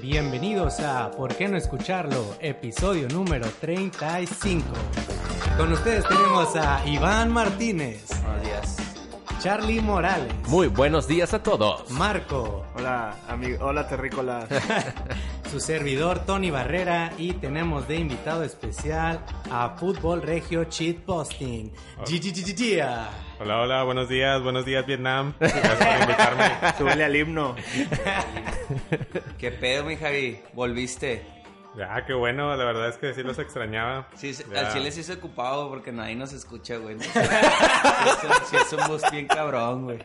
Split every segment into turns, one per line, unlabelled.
Bienvenidos a ¿Por qué no escucharlo? Episodio número 35. Con ustedes tenemos a Iván Martínez,
Buenos días.
Charlie Morales,
Muy buenos días a todos.
Marco,
Hola, amigo. Hola, terrícola.
su servidor Tony Barrera y tenemos de invitado especial a Fútbol Regio Cheat Posting. Gia.
Hola, hola, buenos días, buenos días Vietnam. Gracias por invitarme.
Súbele al himno.
¿Qué pedo, mi Javi? ¿Volviste?
Ah, qué bueno, la verdad es que sí los extrañaba.
Sí, se-
Ya.
al chile sí se ocupado porque nadie nos escucha, güey. Sí, es un- sí es un bus bien cabrón, güey.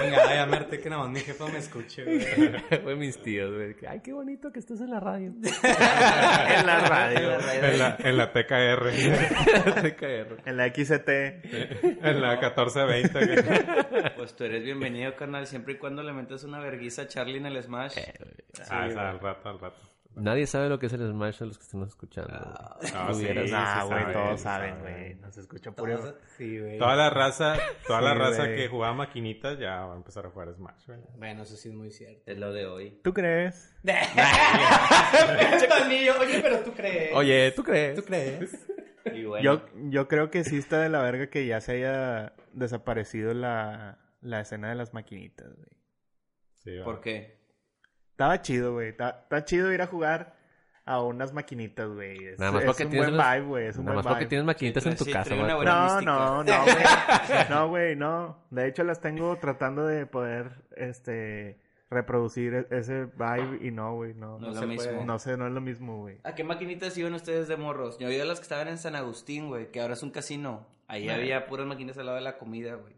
Venga, ay, amarte que nada más mi jefa me escuche. güey.
Güey, mis tíos, güey. que, Ay, qué bonito que estés en la radio.
En la radio.
En la, en la TKR,
TKR.
En la E XT.
en la 1420. que-
Pues tú eres bienvenido, carnal, siempre y cuando le metas una verguiza a Charlie en el Smash.
Ah, es al rato, al rato.
Nadie sabe lo que es el Smash de los que están escuchando. güey.
No, sí,
Hubieras-
sí
Nah, güey,
saben,
todos
sí
saben,
saben.
güey. Nos escucha
Todos-
puro.
Sí, güey.
Toda la raza, toda la
Sí,
raza
güey.
que jugaba maquinitas ya va a empezar a jugar Smash, güey.
Bueno, eso sí es muy cierto.
Es lo de hoy.
¿Tú crees?
Oye, pero tú crees.
Oye, ¿tú crees?
¿Tú crees?
Y bueno,
Yo, yo creo que sí está de la verga que ya se haya desaparecido la, la escena de las maquinitas, güey.
Sí, va.
¿por qué?
Estaba chido, güey. Está está chido ir a jugar a unas maquinitas, güey. Es,
Nada más
es
porque
un
tienes
buen
unas-
vibe, güey. Es un
Nada más
buen
porque
vibe.
tienes maquinitas en tu
Sí,
casa,
trae
güey.
una buena
No,
mística.
no, no, güey. No, güey, no. De hecho, las tengo tratando de poder, este, reproducir e- ese vibe y no, güey,
No
no. No,
es
sé,
lo mismo.
no sé, no es lo mismo, güey.
¿A qué maquinitas iban ustedes de morros? Yo iba a las que estaban en San Agustín, güey, que ahora es un casino. Ahí
Eh.
había puras maquinitas al lado de la comida, güey.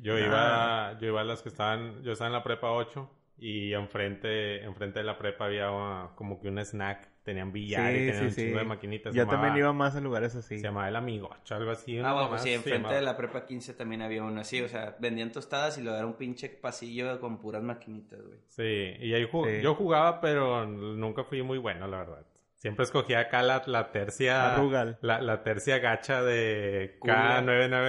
Yo iba, yo iba a las que estaban, yo estaba en la prepa 8 y enfrente, enfrente de la prepa había ah, como que un snack, tenían billar y
Sí,
tenían
sí,
un
sí.
chingo de maquinitas. se
Yo
llamaba-
también iba más a lugares así.
Se llamaba el amigocho, algo así.
Ah,
una
bueno,
mamá
pues sí,
se
enfrente
llamaba.
de la prepa 15 también había uno así, o sea, vendían tostadas y luego era un pinche pasillo con puras maquinitas, güey.
Sí, y ahí ju-
Sí.
yo jugaba, pero nunca fui muy bueno, la verdad. Siempre escogía acá la, la tercia...
A Rugal.
La, la tercia gacha de
Cula.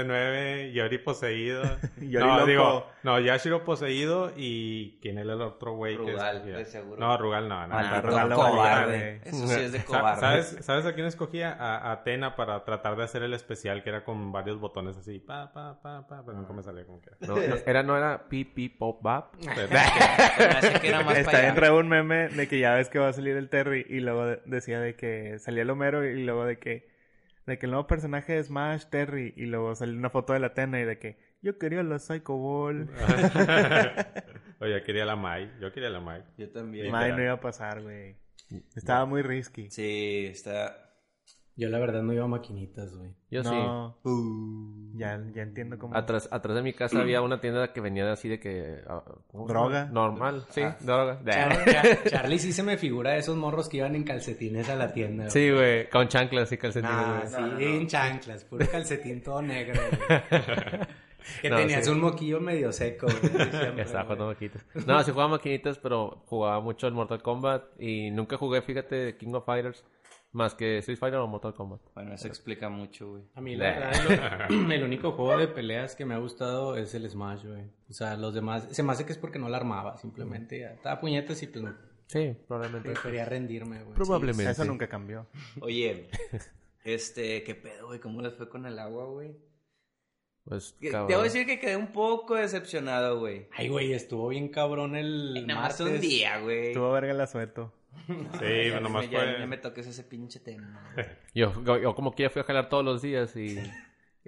K999, Yori poseído.
Yori
no,
loco.
digo, no, Yashiro poseído y... ¿Quién era el otro güey? que
Rugal,
escogía?
de seguro.
No, Rugal no, no.
Maldito
Rugal
Rugal
no.
cobarde.
Eso sí es de
Sa-
cobarde.
¿Sabes, ¿Sabes a quién escogía? A a Atena para tratar de hacer el especial que era con varios botones así, pa, pa, pa, pa, pero nunca me salía como que era.
No, no, era, no era pi, pi, pop, bap.
Se me hace que era más
Está
para allá.
bien trae un meme de que ya ves que va a salir el Terry y luego de- decía de que salía el Homero y luego de que de que el nuevo personaje es Smash Terry y luego salió una foto de la tena y de que yo quería la Psycho Ball.
Oye, yo quería la Mai, yo quería la Mai.
Yo también.
Madre, no iba a pasar, güey. Estaba muy risky.
Sí, está...
Yo la verdad no iba a maquinitas, güey.
Yo sí.
no.
uh.
Ya, ya entiendo cómo.
Atrás, atrás de mi casa había una tienda que venía así de que... ah, ¿cómo se llama?
Droga.
Normal, sí, droga.
Char- Char- Charlie sí se me figura de esos morros que iban en calcetines a la tienda. güey.
Sí, güey, con chanclas y calcetines,
Ah,
güey.
sí, en chanclas, puro calcetín todo negro. güey. que
No,
tenías
sí.
un moquillo medio seco. güey, siempre,
Estaba jugando
güey.
maquinitas. No, sí jugaba maquinitas, pero jugaba mucho el Mortal Kombat y nunca jugué, fíjate, King of Fighters más que Street Fighter o Mortal Kombat.
Bueno, eso explica mucho, güey.
A mí la verdad, el, el único juego de peleas que me ha gustado es el Smash, güey. O sea, los demás, se me hace que es porque no la armaba, simplemente. ya. Estaba puñetas y pues no,
Sí, probablemente.
prefería rendirme, güey.
Probablemente.
Eso nunca cambió.
Oye, este, qué pedo, güey, cómo les fue con el agua, güey.
Pues,
Que-
cabrón.
Debo decir que quedé un poco decepcionado, güey.
Ay, güey, estuvo bien cabrón el
Nada más un
martes.
día, güey.
Estuvo verga el asueto.
Sí,
Ya,
nomás
ya,
fue-
ya me toques ese pinche tema.
Yo, yo- yo como que ya fui a jalar todos los días y...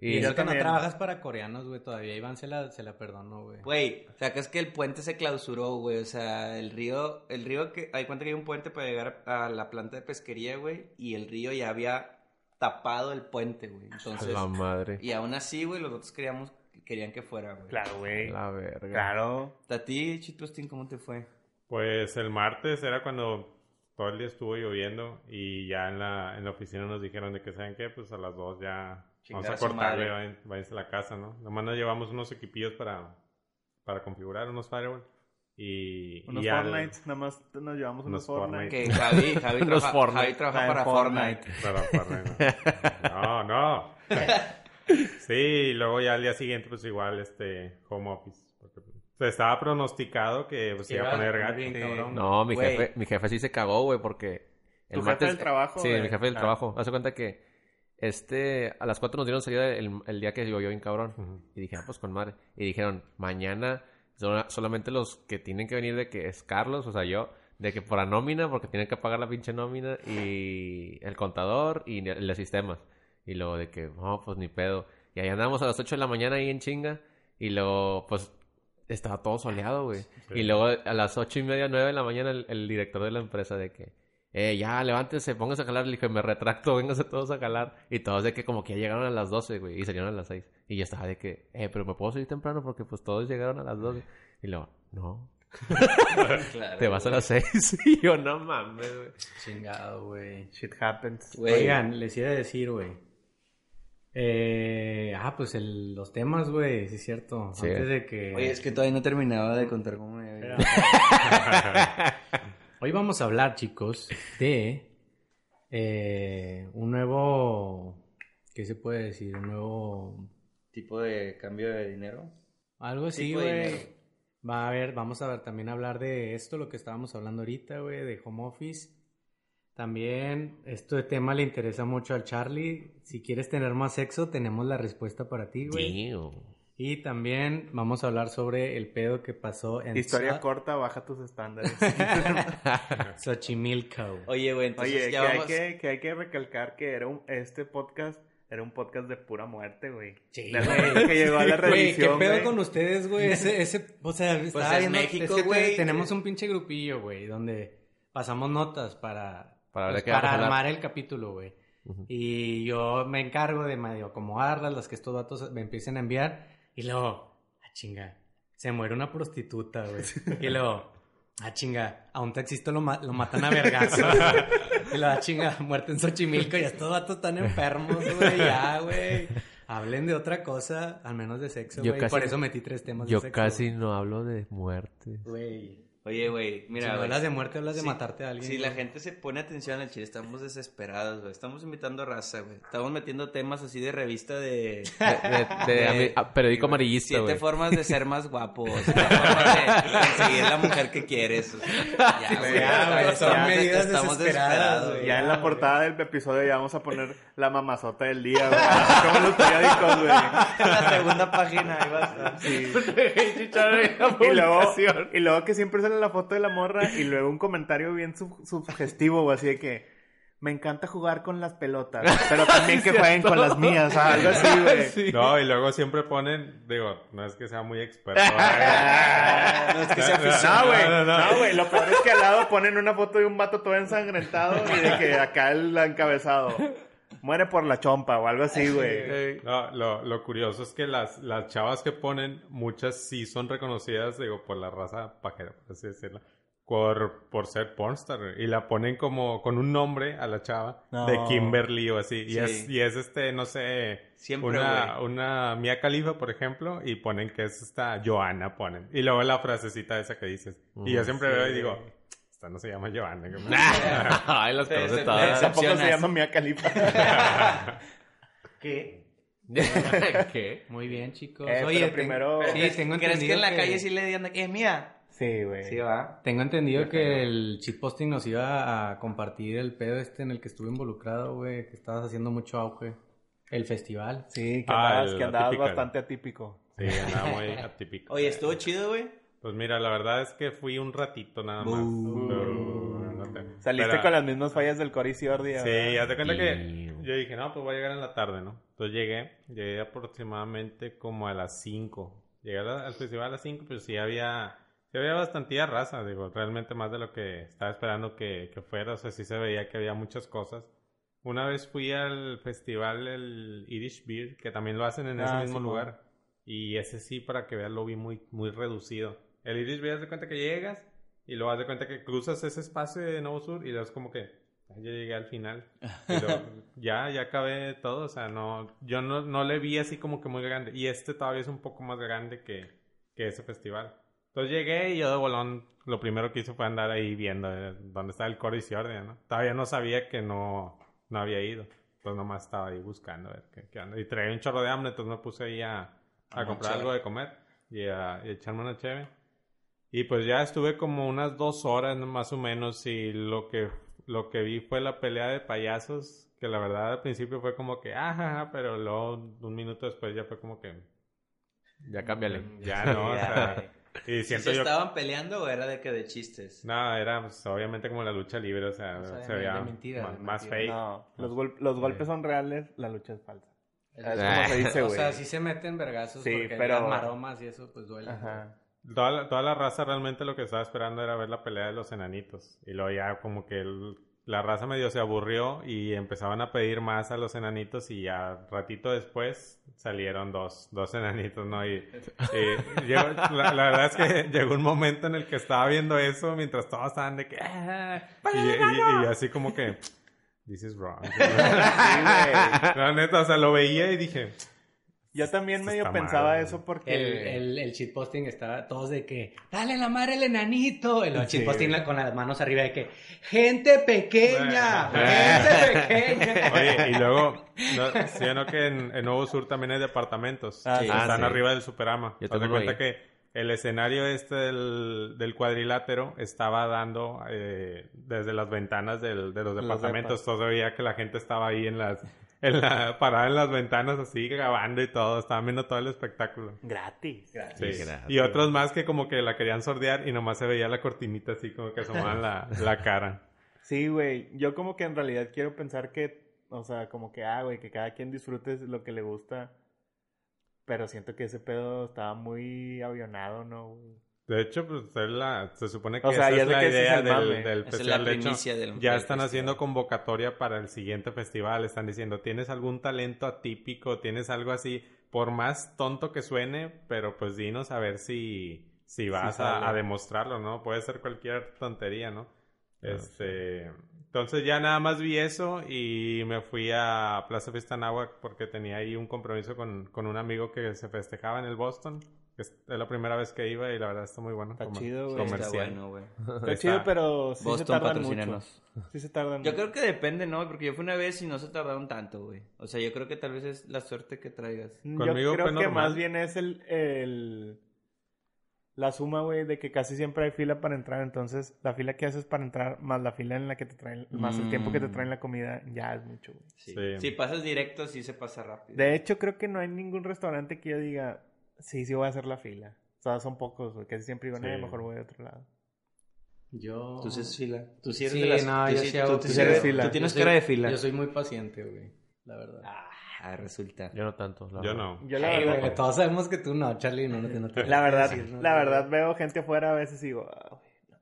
Y,
y-
eso que no
también.
trabajas para coreanos, güey, todavía Iván se la, se la perdonó, güey.
Güey, o sea, que es que el puente se clausuró, güey. O sea, el río, el río que, hay cuenta que hay un puente para llegar a la planta de pesquería, güey. Y el río ya había tapado el puente, güey.
A
Entonces,
la madre.
y aún así, güey, los otros queríamos, querían que fuera, güey.
Claro, güey.
La verga.
Claro.
A ti, Chitustin, ¿cómo te fue?
Pues el martes era cuando todo el día estuvo lloviendo y ya en la, en la oficina nos dijeron de que, ¿saben qué? Pues a las dos ya
Chingar a
vamos
su
a cortar,
madre.
güey, vayan- váyanse a la casa, ¿no? Nomás nos llevamos unos equipillos para, para configurar unos firewall y...
Unos
y al-
Fortnite. Nada más nos llevamos unos
Unos
Fortnite.
Que
Fortnite.
Javi, Javi,
Los
trabaja,
Fortnite.
Javi trabaja
Ah, en
para Fortnite.
Para Fortnite, No, no. no. Sí, y luego ya al día siguiente, pues igual, este, home office. Porque sea, estaba pronosticado que pues, se iba a poner gacho.
bien,
Sí.
cabrón.
No, mi
Güey.
jefe, mi jefe sí se cagó, güey, porque eh,
¿Tu jefe del trabajo,
Sí,
güey?
mi jefe del
Ah.
trabajo. Hace cuenta que este a las 4 nos dieron salida el, el día que llovió bien cabrón.
Ujú.
Y dije, ah, pues con madre. Y dijeron, mañana sola- solamente los que tienen que venir de que es Carlos, o sea, yo, de que por la nómina, porque tienen que pagar la pinche nómina, y el contador y el de sistemas. Y luego de que, no, pues ni pedo. Y ahí andábamos a las 8 de la mañana ahí en chinga. Y luego, pues, estaba todo soleado, güey. Y luego a las ocho y media, nueve de la mañana, el, el director de la empresa de que, eh, ya, levántese, póngase a jalar. Le dije, me retracto, vénganse todos a jalar. Y todos de que como que ya llegaron a las doce, güey, y salieron a las seis. Y yo estaba de que, eh, pero me puedo salir temprano porque pues todos llegaron a las doce. Y luego, no,
Claro,
te vas a
güey.
las seis. Y yo, no mames, güey.
Chingado, güey.
Shit happens.
Güey.
Oigan, les iba a decir, güey. Eh, ah, pues el- los temas, güey, sí es cierto.
Sí.
Antes de que...
Oye, es que todavía no terminaba de contar cómo me había ido.
Hoy vamos a hablar, chicos, de eh, un nuevo... ¿Qué se puede decir? Un nuevo...
Tipo de cambio de dinero.
Algo así,
Tipo de
güey.
dinero.
Va a ver, vamos a ver, también hablar de esto, lo que estábamos hablando ahorita, güey, de home office. También, este tema le interesa mucho al Charlie. Si quieres tener más sexo, tenemos la respuesta para ti, güey.
Damn.
Y también vamos a hablar sobre el pedo que pasó en
Historia
Xoch-
corta, baja tus estándares.
Xochimilco.
Oye, güey, entonces
Oye, que
ya
hay
vamos.
que, que hay que recalcar que era un, este podcast era un podcast de pura muerte, güey.
Sí,
La
güey.
neta que llegó a la
Güey, qué
revisión,
pedo
güey. Pues
con ustedes, güey. Ese, ese, o sea, estaba
es
viendo-
México,
es que te-
güey.
tenemos un pinche grupillo, güey, donde pasamos notas para,
Para ver de qué
Pues para
vamos a hablar.
armar el capítulo, güey.
Ujú.
Y yo me encargo de medio acomodarlas, las que estos datos me empiecen a enviar. Y luego, a chinga, se muere una prostituta, güey. Y luego, a chinga, a un taxista lo, ma- lo matan a vergazo. y luego, a chinga, muerte en Xochimilco. Y estos datos están enfermos, güey, ya, güey. Hablen de otra cosa, al menos de sexo,
Yo
güey.
casi-
Por eso metí tres temas de
Yo
sexo,
casi no hablo de muerte.
Güey.
Oye, güey,
Mira,
mira, güey.
hablas de muerte, hablas de
Sí.
matarte a alguien.
Si la
güey.
gente se pone atención al chile, estamos desesperados, güey. Estamos invitando raza, güey. Estamos metiendo temas así de revista de...
De, de- a mí- a- periódico amarillista,
Siete
güey.
formas de ser más guapo. Siete formas de conseguir la mujer que quieres. o sea, ya, güey,
ya,
estamos-
güey, son
estamos-
medidas
estamos
desesperadas,
desesperados,
Ah, güey.
güey.
Ya en la portada del episodio ya vamos a poner la mamazota del día, güey. Como en los periódicos, güey.
La segunda página, ahí va a estar.
Y luego, y luego que siempre sale la foto de la morra y luego un comentario bien sub- sugestivo, güey, así de que... Me encanta jugar con las pelotas, pero también que jueguen con las mías, o sea, algo así, güey.
No, y luego siempre ponen, digo, no es que sea muy experto.
Ah, No,
es que sea aficionado.
No, güey.
No, no, no.
No, güey. Lo peor es que al lado ponen una foto de un vato todo ensangrentado y de que acá el encabezado muere por la chompa o algo así, güey.
No, lo, lo curioso es que las, las chavas que ponen, muchas sí son reconocidas, digo, por la raza pajera, por así decirlo, por, por ser pornstar. güey. Y la ponen como con un nombre a la chava
No.
de Kimberly o así. Y,
Sí.
es, y es este, no sé,
Siempre,
una,
güey.
una Mia Khalifa, por ejemplo, y ponen que es esta Joana, ponen. Y luego la frasecita esa que dices. y yo siempre veo y digo, esta no se llama Joana. ¿qué pasa?"
Ay, las
Sí,
conoce
sí,
todas.
Tampoco Ah, se
Decepcionas.
llama Mia Califa.
¿Qué?
¿Qué?
Muy bien, chicos.
Eh,
Oye,
pero
ten-
primero-
sí, tengo
¿Crees que
entendido
en la calle sí le digan de que es mía?
Sí, güey.
Sí, va.
Tengo entendido que el shitposting nos iba a compartir el pedo este en el que estuve involucrado, güey, que estabas haciendo mucho auge. El festival.
Sí, que
Ah,
andabas,
el
que andabas
atípico.
bastante atípico.
Sí, andaba muy atípico.
Oye, estuvo chido, güey.
Pues mira, la verdad es que fui un ratito nada más. Pero no te-
Saliste
pero-
con las mismas fallas del Cory Ciordi.
Sí, haz de cuenta que
Damn.
yo dije, no, pues voy a llegar en la tarde, ¿no? Entonces llegué, llegué aproximadamente como a las 5. Llegué a la- al festival a las 5, pero sí había, sí había bastante raza, digo, realmente más de lo que estaba esperando que, que fuera, o sea, sí se veía que había muchas cosas. Una vez fui al festival el Irish Beer, que también lo hacen en ese
Ah,
mismo
Simón.
lugar. Y ese sí, para que veas, lo vi muy, muy reducido. El Irish Beer, haz de cuenta que llegas y luego haz de cuenta que cruzas ese espacio de Nuevo Sur y luego es como que "Ah, ya llegué al final. Y luego, ya, ya acabé todo. O sea, no, yo no, no le vi así como que muy grande. Y este todavía es un poco más grande que, que ese festival. Entonces llegué y yo de bolón, lo primero que hice fue andar ahí viendo eh, dónde estaba el coro y Ciordia, ¿no? Todavía no sabía que no, no había ido. Entonces nomás estaba ahí buscando a ver qué, qué onda. Y traía un chorro de hambre, entonces me puse ahí a, a
A
comprar
mochar.
algo de comer. y a, y a echarme una cheve. Y pues ya estuve como unas dos horas ¿no? más o menos y lo que, lo que vi fue la pelea de payasos, que la verdad al principio fue como que, ajá, pero luego un minuto después ya fue como que,
Ya cámbiale.
ya
Ah,
no, o sea, y
¿Sí
siento
¿Se
yo...
estaban peleando o era de que de chistes?
No, era pues, obviamente como la lucha libre, o sea,
O sea,
se
de-
veía
de mentira,
más,
de
más
mentira.
fake.
No, los, gol- los golpes son reales, la lucha es falsa.
Es
Es
Ah.
como
Eh.
se dice,
o
güey.
sea, sí se meten vergazos
Sí,
porque
pero-
las maromas y eso pues duele.
Ajá.
Toda la, toda la raza realmente lo que estaba esperando era ver la pelea de los enanitos. Y luego ya como que el- la raza medio se aburrió y empezaban a pedir más a los enanitos y ya ratito después salieron dos, dos enanitos, ¿no? Y, y llegó- la, la verdad es que llegó un momento en el que estaba viendo eso mientras todos estaban de que... "Ah",
Pues,
Y, y- y así como que... This is wrong.
Sí, güey.
La neta, o sea, lo veía y dije...
Yo también
Esto
medio
está mal,
pensaba
güey.
eso porque...
El, el, el shitposting estaba todos de que, dale la madre al enanito. El shitposting la- con las manos arriba de que, gente pequeña,
Eh.
gente pequeña.
Oye, y luego, no, sí o no que en, en Nuevo Sur también hay departamentos
Ah,
que
sí.
están
Ah, sí.
arriba del Superama.
Yo
Te das
también
cuenta
voy.
que el escenario este del, del cuadrilátero estaba dando eh, desde las ventanas del- de los departamentos. Todo se veía que la gente estaba ahí en las, en la, parada en las ventanas así grabando y todo. Estaban viendo todo el espectáculo.
Gratis.
Sí.
Sí, gracias.
Y otros más que como que la querían sordear y nomás se veía la cortinita así como que asomaban la, la cara.
Sí, güey. Yo como que en realidad quiero pensar que... O sea, como que, ah, güey, que cada quien disfrute lo que le gusta. Pero siento que ese pedo estaba muy avionado, ¿no? güey?
De hecho, pues es la- se supone que
O sea,
esa
ya
es
sé
la
que ese es
idea
el mame.
del, del
Esa es
festival.
la
De hecho,
primicia del-
ya
del
están
festival.
haciendo convocatoria para el siguiente festival. Están diciendo, ¿tienes algún talento atípico? ¿Tienes algo así? Por más tonto que suene, pero pues dinos a ver si, si vas
sale.
a, a demostrarlo, ¿no? Puede ser cualquier tontería, ¿no? Este, entonces ya nada más vi eso y me fui a Plaza Fiesta Náhuac porque tenía ahí un compromiso con, con un amigo que se festejaba en el Boston. Es es la primera vez que iba y la verdad está muy bueno.
Está
Comer-
chido, güey.
Está
Comercial.
bueno, güey.
Está chido, pero sí se
Boston,
tardan mucho.
patrocínanos.
Sí se tardan
Yo creo que depende, ¿no? Porque yo fui una vez y no se tardaron tanto, güey. O sea, yo creo que tal vez es la suerte que traigas.
Yo
Conmigo
creo
fue
que
normal.
más bien es el, el- la suma, güey, de que casi siempre hay fila para entrar, entonces la fila que haces para entrar más la fila en la que te traen, más el tiempo que te
Mm.
traen la comida, ya es mucho, güey.
Sí.
Sí.
Si pasas directo, sí se pasa rápido.
De hecho, creo que no hay ningún restaurante que yo diga, sí, sí voy a hacer la fila. O sea, son pocos, güey, casi siempre digo, no,
Sí.
mejor voy a otro lado.
Yo...
Tú sí eres fila. Tú sí
Sí,
eres de las...
no,
tú
yo
sí-
sí
tú,
hago
tú
fila.
sí eres-
Yo soy-
tú tienes
Yo soy-
cara de fila.
Yo soy muy paciente, güey, la verdad.
Ah, resulta.
Yo no tanto. la
Yo
verdad.
no.
Yo la
Ay,
verdad,
güey, todos sabemos que tú no, Charlie, no, no, te- no te-
la verdad,
decir, no,
la
no.
verdad veo gente afuera a veces y digo, "Ah, güey, no".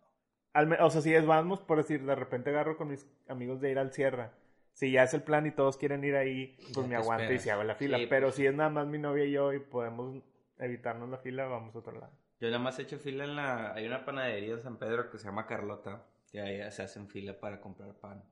Al me- o sea, si es vamos por decir, de repente agarro con mis amigos de ir al Sierra. Si ya es el plan y todos quieren ir ahí,
Ya
pues
te
me aguanto y
esperas.
se hago la fila.
Sí,
Pero si es nada más mi novia y yo y podemos evitarnos la fila, vamos a otro lado.
Yo nada más he hecho fila en la... Hay una panadería en San Pedro que se llama Carlota. Que ahí se hacen fila para comprar pan.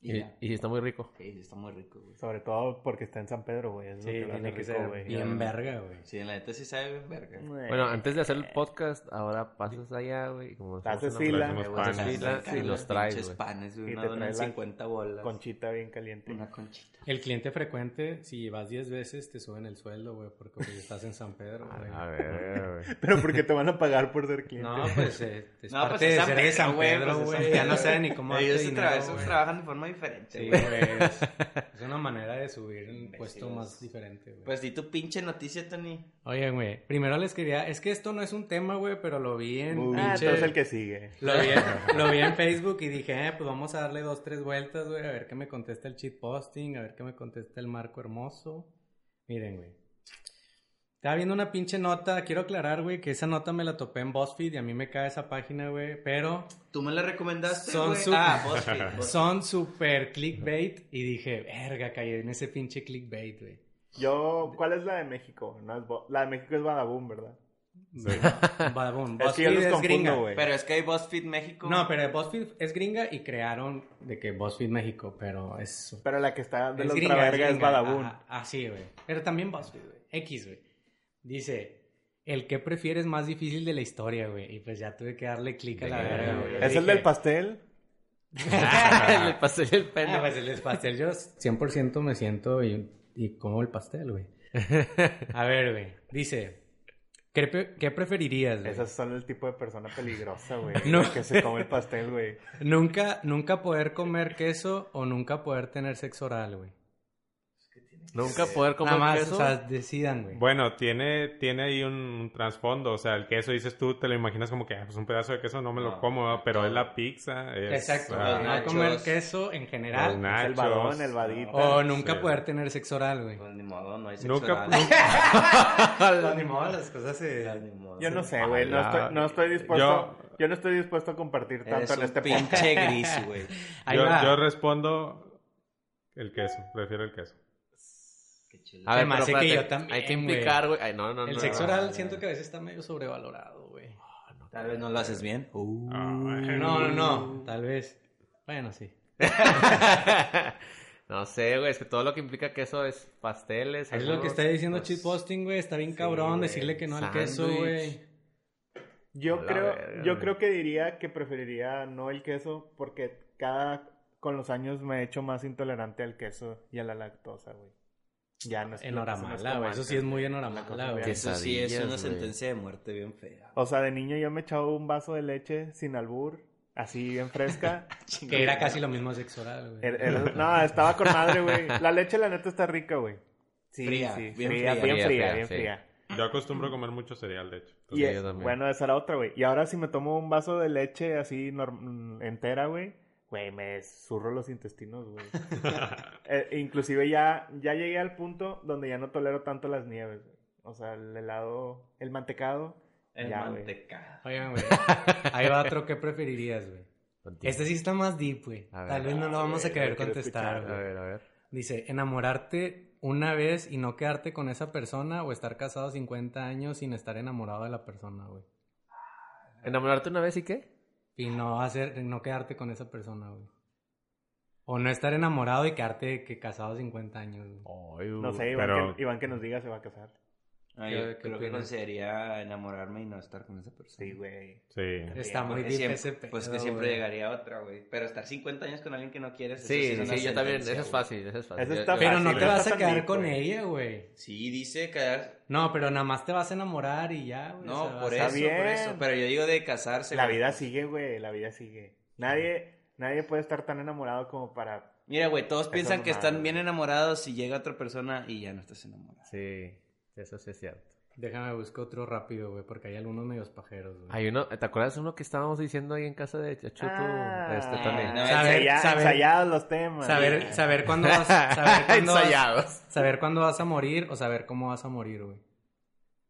Y,
Y,
ya.
y sí está muy rico.
Sí, está muy rico, güey.
Sobre todo porque está en San Pedro, güey. Es
Sí,
lo que lo hace
tiene que
rico,
ser
güey.
bien verga, güey.
Sí, en la neta sí sabe bien verga.
Bueno, antes de hacer
eh.
el podcast, ahora pasas allá, güey. y Como
Te haces
hacemos
fila.
una-
Hacemos
haces
pan.
fila
Sacan
y
los
los traes,
pinches
güey.
panes, güey.
Y
Una
te
dona en
traes la
50 bolas.
Conchita bien caliente.
Una conchita.
El cliente frecuente, si vas 10 veces, te suben el sueldo, güey, porque pues, estás en San Pedro,
Ah,
güey.
A ver, güey.
Pero porque te van a pagar por ser cliente.
No, pues eh, es
No,
parte
pues, es
de
San
ser de
Pedro,
San
güey,
Pedro,
pues, es
güey.
San
ya
Pedro.
no saben ni cómo hacer
Ellos se
dinero,
tra- esos
güey.
trabajan de forma diferente,
Sí,
güey.
güey. Es, es una manera de subir un puesto más diferente, güey.
Pues di tu pinche noticia, Tony.
Oye, güey, primero les quería... Es que esto no es un tema, güey, pero lo vi en...
Uy,
pinche-
Ah, entonces el que sigue.
Lo vi, en, lo vi en Facebook y dije, eh, pues vamos a darle dos, tres vueltas, güey, a ver qué me contesta el cheat posting, a ver qué me contesta el marco hermoso. Miren, güey. Estaba viendo una pinche nota, quiero aclarar, güey, que esa nota me la topé en BuzzFeed y a mí me cae esa página, güey, pero
¿Tú me la recomendaste,
Son
güey?
su-
Ah, BuzzFeed.
Pues
Buzzfeed.
son súper clickbait y dije, verga, caí en ese pinche clickbait, güey.
Yo, ¿cuál es la de México? No es Bo- la de México es Badaboom, ¿verdad?
Badabun.
Es que yo
BuzzFeed
los
es gringa.
confundo, güey.
Pero es que hay BuzzFeed México.
No, pero BuzzFeed es gringa y crearon de que BuzzFeed México, pero es
Pero la que está de
Es
los
gringa,
verga es
gringa.
Badabun.
Ajá, Así, güey. Pero también BuzzFeed, güey. X, güey. Dice, el que prefieres más difícil de la historia, güey. Y pues ya tuve que darle clic a la
Verga,
verga,
güey.
güey.
¿Es el
Dije,
del pastel?
Le pasé el
Ah,
pene.
pues el del pastel yo 100% me siento y, y como el pastel, güey. A ver, güey. Dice, ¿Qué, pre- qué preferirías, güey?
Esas son el tipo de persona peligrosa, güey.
No.
Que se come el pastel, güey.
Nunca, nunca poder comer queso o nunca poder tener sexo oral, güey.
Nunca poder comer
Nada más,
queso.
o sea, decidan, güey.
Bueno, tiene, tiene ahí un, un trasfondo. O sea, el queso, dices tú, te lo imaginas como que ah, pues un pedazo de queso no me lo
No.
como, ¿verdad? pero es la pizza. es,
pues,
Exacto,
ah,
los
no
nachos.
comer queso en
los
general.
nachos.
El badón, el badita.
O nunca
Sí.
poder tener sexo oral, güey.
Pues ni modo, no hay sexo
Nunca,
oral.
nunca-
ni modo, las cosas
Ya,
se...
ni modo.
Yo no sé, güey. No
Ojalá.
estoy, no estoy dispuesto. Yo... no estoy dispuesto a compartir
Eres
tanto en
un
este podcast.
pinche gris, güey.
Ahí
yo,
va.
yo respondo el queso, prefiero el queso.
Qué chido.
A ver,
Se me
pero
hace que
espérate,
yo también,
Hay que
güey.
implicar, güey. Ay, no, no, no.
El sexo oral
no.
siento que a veces está medio sobrevalorado, güey.
Tal vez no lo haces bien. Uh.
No, no, no. Tal vez. Bueno, sí.
no sé, güey. Es que todo lo que implica queso es pasteles.
Es lo
algunos,
que está diciendo
pues,
cheat posting, güey. Está bien
sí,
cabrón
güey.
decirle que no al queso,
Sándwich.
güey.
Yo
La
creo,
verga,
yo
güey.
creo que diría que preferiría no el queso porque cada con los años me he hecho más intolerante al queso y a la lactosa, güey. Ya no es la cosa no
Enhoramala,
como
güey. Eso
antes,
sí es muy
güey.
enhoramala,
La cosa
güey.
que-
Eso sí es
Quesadillas,
una
güey.
sentencia de muerte bien fea.
O sea, de niño yo me echaba un vaso de leche sin albur, así bien fresca.
Que era casi lo mismo a sexo oral, güey.
Era- era- no, estaba con madre, güey. La leche la neta está rica, güey. Sí,
Fría,
sí,
bien fría.
fría, bien
Fría,
fría,
fría,
bien
sí.
fría.
Yo acostumbro a comer mucho cereal, de hecho.
Mm. Y,
Pues Sí,
eh,
yo también.
bueno, esa era otra, güey. Y ahora si me tomo un vaso de leche así norm- mm, entera, güey, güey, me zurro los intestinos, güey. Eh, inclusive ya, ya llegué al punto donde ya no tolero tanto las nieves, güey. O sea, el helado, el mantecado.
El
ya, güey.
mantecado.
Oigan, güey. Ahí va otro que preferirías, güey.
Contigo.
Este sí está más deep, güey.
A ver.
Tal vez no lo vamos a
Güey,
querer
lo quiero
contestar,
escuchar,
A
güey.
ver, a ver.
Dice, enamorarte una vez y no quedarte con esa persona o estar casado 50 años sin estar enamorado de la persona, güey.
¿Enamorarte una vez y qué?
Y no hacer, no quedarte con esa persona, güey. O no estar enamorado y quedarte que casado 50 años, güey.
Uh,
No sé, Iván,
Pero-
que, Iván que nos diga se va a casar.
Ah,
¿Qué-
yo
qué
creo que
opinas?
consideraría enamorarme y no estar con esa persona.
Sí, güey.
Sí.
Está muy
Porque
deep
siempre-
ese pedo,
Pues que siempre
güey.
llegaría otra, güey. Pero estar 50 años con alguien que no quieres. eso
Sí,
es
sí,
una
sí, yo también.
sentencia,
Eso es
güey.
fácil, eso es fácil.
Eso
Yo-
está
yo-
Pero
fácil,
no
güey.
te vas a
Está tan
quedar
deep,
con
güey.
ella, güey.
Sí, dice quedar.
No, pero nada más te vas a enamorar y ya, güey.
No,
O sea,
por
vas a-
eso, por eso.
bien.
Pero yo digo de casarse.
La
güey.
vida sigue, güey, la vida sigue. Nadie, nadie puede estar tan enamorado como para...
Mira, güey, todos
Eso
piensan
es
que
normal,
están
güey.
bien enamorados y llega otra persona y ya no estás enamorado.
Sí, eso sí es cierto.
Déjame buscar otro rápido, güey, porque hay algunos medios pajeros, güey.
Hay uno, ¿te acuerdas uno que estábamos diciendo ahí en casa de Chutu?
Ah,
este también.
no,
Saber-
ensaya-
saber-
ensayados los temas.
Saber, saber cuándo vas, saber cuándo vas,
Ensayados.
saber cuándo vas a morir o saber cómo vas a morir, güey.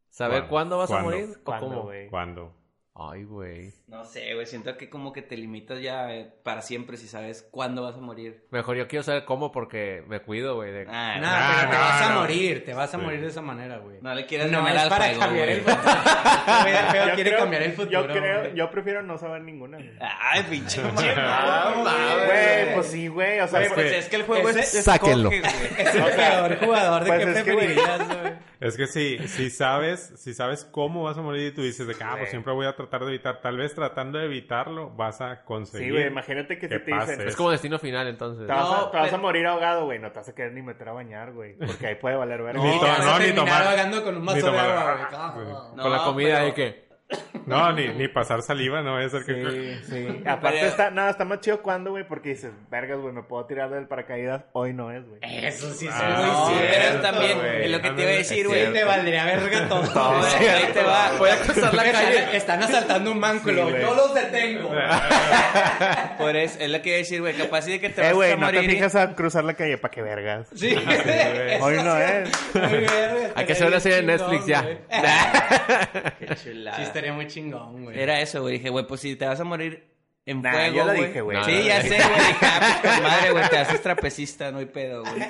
¿Saber
¿Cuándo?
cuándo vas
¿Cuándo?
a morir o
¿Cuándo,
cómo?
güey?
¿Cuándo?
Ay, güey.
No sé, güey, siento que como que te limitas ya eh, para siempre si sabes cuándo vas a morir.
Mejor yo quiero saber cómo porque me cuido, güey. de-
Ah,
Nah,
no,
pero te
no,
vas a
no.
morir, te vas a
Sí.
morir de esa manera, güey.
no le quieras
No,
ganar
es
al
para
fuego,
cambiar
güey.
el Güey, el feo
Yo
quiere
creo-
cambiar el futuro.
Yo creo,
güey.
yo prefiero no saber ninguna. güey.
Ay, pinche
Ah,
mamón,
Güey, pues sí, güey. O sea,
Pues,
pues-
es que el juego
Ese-
es escoge,
sáquenlo.
güey.
Es el peor jugador de
Pues
que
es que, güey.
preferirías, güey.
Es que sí, si sabes, si sabes cómo vas a morir y tú dices de que, ah, pues
Sí.
siempre voy a tratar de evitar. Tal vez tratando de evitarlo vas a conseguir.
sí, güey, imagínate que
que
si te
pase.
dicen. "Pues,
Es
Es como destino final, entonces.
Te vas,
No,
a, te vas
pero-
a morir ahogado, güey. No te vas a querer ni meter a bañar, güey. Porque ahí puede valer verga.
Ni
No,
to-
vas a
no, ni
terminar
tomar.
ahogando con un
Ni
mazo de
tomar.
agua, güey. Ah,
Sí.
No,
Con la comida
pero-
ahí que...
No, ni, ni pasar saliva, no es el que.
Sí, Ah, sí. Aparte,
Pero-
está, no, está más chido cuando, güey, porque dices, vergas, güey, me puedo tirar del paracaídas. Hoy no es, güey.
Eh,
Eso sí es
Ah,
muy
No,
sí,
cierto,
pero también,
güey.
es lo que te iba a decir,
Sí,
güey.
te valdría verga todo.
Ahí
güey.
te va.
Voy a cruzar la
Están,
calle.
están asaltando un
Sí,
manculo.
güey.
Yo los detengo.
Por eso, es lo que iba a decir, güey. Capaz sí de que te vas
Eh, güey,
a
no te
morir. y-
fijas a cruzar la calle, pa' que vergas.
Sí, eso
Hoy no
sí
es.
muy verga,
Hay
estaría
que hacer una
bien
serie de
chingón,
Netflix ya.
güey.
Qué chulada.
Sí, estaría muy chingón, güey.
Era eso, güey. Dije, güey, pues si te vas a morir en
Nah,
fuego,
yo lo dije, güey.
Sí,
No, no,
ya
no.
sé, güey. Dije, ah, pues, con madre, güey. Te haces trapecista, no hay pedo, güey.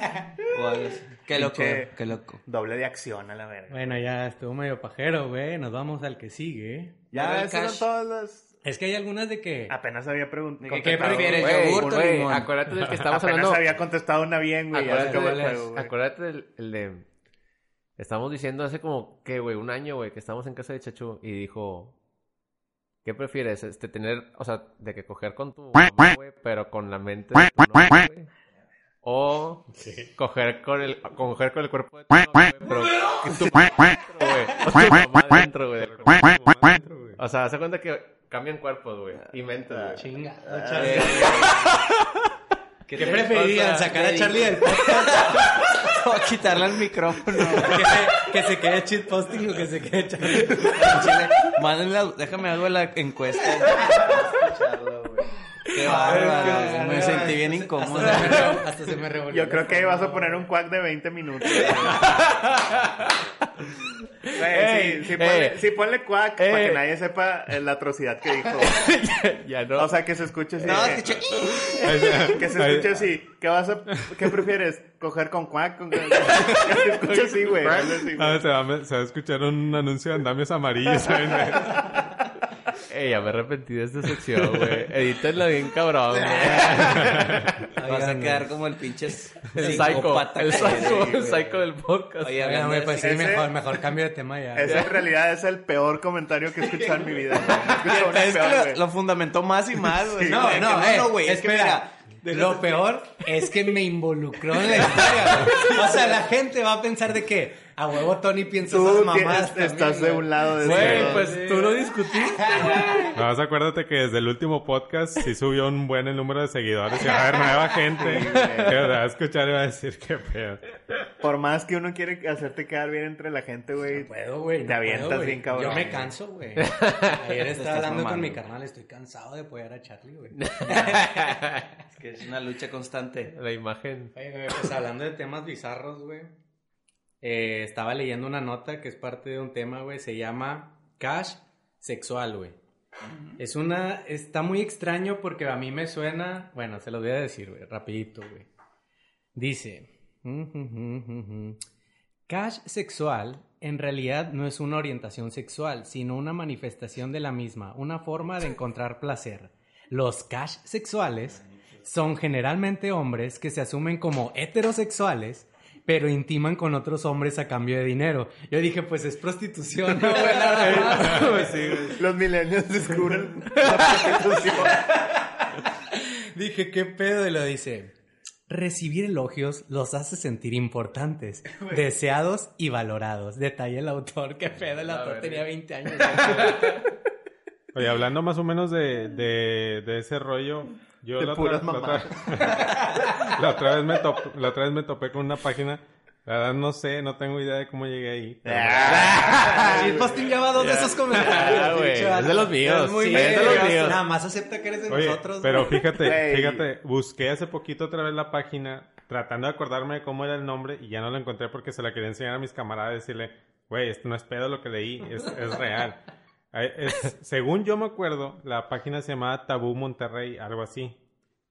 O algo así. Qué loco,
Pinche-
güey, qué loco.
Doble de acción a la verga.
Bueno, ya estuvo medio pajero, güey. Nos vamos al que sigue.
Pero
Ya,
el
esas
cash-
eran todas las...
Es que hay algunas de que...
Ah,
Apenas había preguntado.
¿Qué- qué prefieres,
Güey,
yogurt o
güey,
limón?
Acuérdate del que estamos
Apenas
hablando...
había contestado una bien, güey. Ya se
Acuérdate
acabó el
de las-
juego, güey.
Acuérdate del el de... Estamos diciendo hace como, que güey? Un año, güey, que estábamos en casa de Chachu y dijo... ¿Qué prefieres? Este, tener... O sea, de que coger con tu mamá, güey, pero con la mente de tu novia, güey. O
Sí.
coger con el coger con el cuerpo de tu mamá, güey, pero que tu mamá dentro, güey. O tu mamá dentro, güey.
Pero como mamá dentro, güey.
O sea, se cuenta que cambian cuerpos, güey, y mentes, güey.
Chinga.
Eh,
¿Qué,
te
preferirían?
pasa?
¿Sacar a
Te
Charlie
digo.
del podcast?
O quitarle el micrófono.
¿Que se, que se quede shitposting o que se quede Charlie?
Chile, mándenla- déjame algo la encuesta. Qué
es que-
bárbaro. Me sentí bien incómodo.
Hasta se me re- hasta se me revolvió.
Yo creo que ahí vas a poner un cuac de 20 minutos. Güey, sí, sí,
eh.
ponle, sí, ponle cuac para
Eh.
que nadie sepa eh, la atrocidad que dijo.
Ya no.
O sea, que se escuche así.
No,
de-
escuché.
Ahí está.
que se
Ahí-
escuche así. ¿Qué vas a qué prefieres? ¿Coger con cuac? Con... Que se escuche así, güey. Hazle así,
Ah,
güey.
se, va, se va a escuchar un anuncio de andamios amarillos. ¿saben?
Ey, ya me arrepentí de esta sección, güey. Edítenla bien cabrón, güey.
Vas a quedar como el pinche
El psycho,
psicópata
el
que
psycho,
eres,
el
güey.
psycho del podcast.
Oye,
Oigan,
hablando
güey,
de
pues sí,
Ese-
mejor, mejor cambio de tema ya.
Ese en realidad es el peor comentario que he escuchado en mi vida. güey. He escuchado uno
Es que
peor,
lo,
güey.
lo fundamentó más y más, güey.
No,
Güey,
no,
que
eh,
güey. Es que
espera.
mira.
Lo peor es que me involucró en la historia. güey. O sea, la gente va a pensar de que a huevo Tony piensa esas
Tú tienes-
mamás.
estás de un lado de ese
Güey,
pedo.
pues tú lo discutiste.
Nada más acuérdate que desde el último podcast sí subió un buen el número de seguidores y va a haber nueva gente que va a escuchar y va a decir qué pedo.
Por más que uno quiere hacerte quedar bien entre la gente, güey.
No puedo, güey. no
Te avientas
puedo, güey.
bien cabrón.
Yo me canso, güey. Ayer
estás
estaba hablando con
mamando.
mi carnal, estoy cansado de apoyar a Charlie, güey.
Es que es una lucha constante.
La imagen.
Oye, güey, pues hablando de temas bizarros, güey. eh, estaba leyendo una nota que es parte de un tema, güey. Se llama Cash Sexual, güey. Es una... Está muy extraño porque a mí me suena... Bueno, se los voy a decir, güey. Rapidito, güey. Dice... "Mm, Cash sexual en realidad no es una orientación sexual, sino una manifestación de la misma, una forma de encontrar placer. Los cash sexuales son generalmente hombres que se asumen como heterosexuales, pero intiman con otros hombres a cambio de dinero. Yo dije, pues es prostitución, ¿no, güey? Nada más.
Los milenios descubren la prostitución.
Dije, ¿qué pedo? Y lo dice. Recibir elogios los hace sentir importantes, deseados y valorados. Detalla el autor. ¿Qué pedo? El
La
autor
verga.
tenía 20 años.
Oye, hablando más o menos de, de, de ese rollo, yo
De
la, otra,
puras
la otra- la otra vez me top- la otra vez me topé con una página, la verdad no sé, no tengo idea de cómo llegué ahí. pero-
Ah,
Ah.
Y
pues,
el posting ya va dos de esos comentarios.
Ya, Ah, güey.
pinche vato.
Es de los míos.
Es muy
Sí, es de los
vergas.
míos.
Nada más acepta que eres de
Oye,
nosotros.
pero
güey.
fíjate,
Güey.
fíjate, busqué hace poquito otra vez la página tratando de acordarme de cómo era el nombre y ya no lo encontré porque se la quería enseñar a mis camaradas y decirle, güey, esto no es pedo lo que leí, es, es real. Ay, es- según yo me acuerdo, la página se llamaba Tabú Monterrey, algo así.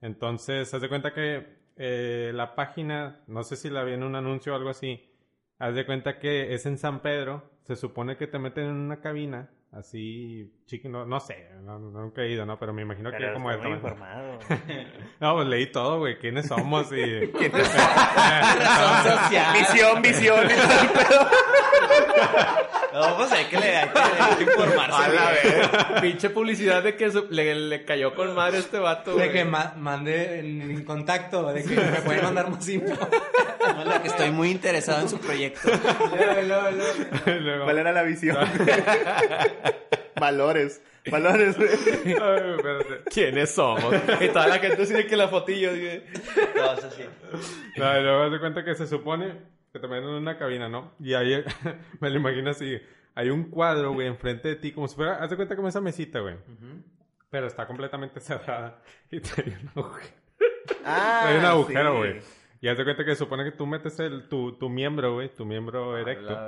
Entonces, haz de cuenta que eh, la página, no sé si la vi en un anuncio o algo así, haz de cuenta que es en San Pedro, se supone que te meten en una cabina, así, chiqui, no, no sé, no, no- nunca he ido, ¿no? Pero me imagino que
Pero
como
está
de
muy
tamaño.
informado.
No, pues leí todo, güey, quiénes somos y...
Razón social.
Visión, visión.
No, pues hay que le hay que, hay que informarse.
A la
güey.
vez. Pinche publicidad de que su- le, le cayó con madre este vato,
De
güey.
que ma- mandé en, en contacto, de que me pueden mandar más info.
Hola, que estoy muy interesado en su proyecto.
Luego-
¿Cuál era la visión? Valores. Valores, güey.
Ay, güey, espérate.
¿Quiénes somos? Y toda la gente sigue que la fotillo, güey.
No, eso sí.
No, y luego haz de cuenta que se supone que te meten en una cabina, ¿no? Y ahí, me lo imagino así, hay un cuadro, güey, enfrente de ti, como si fuera, haz de cuenta como esa mesita, güey. Pero está completamente cerrada y trae un agujero.
Ah,
trae un
sí.
agujero, güey. Y haz de cuenta que se supone que tú metes el, tu, tu miembro, güey, tu
Ah,
miembro erecto.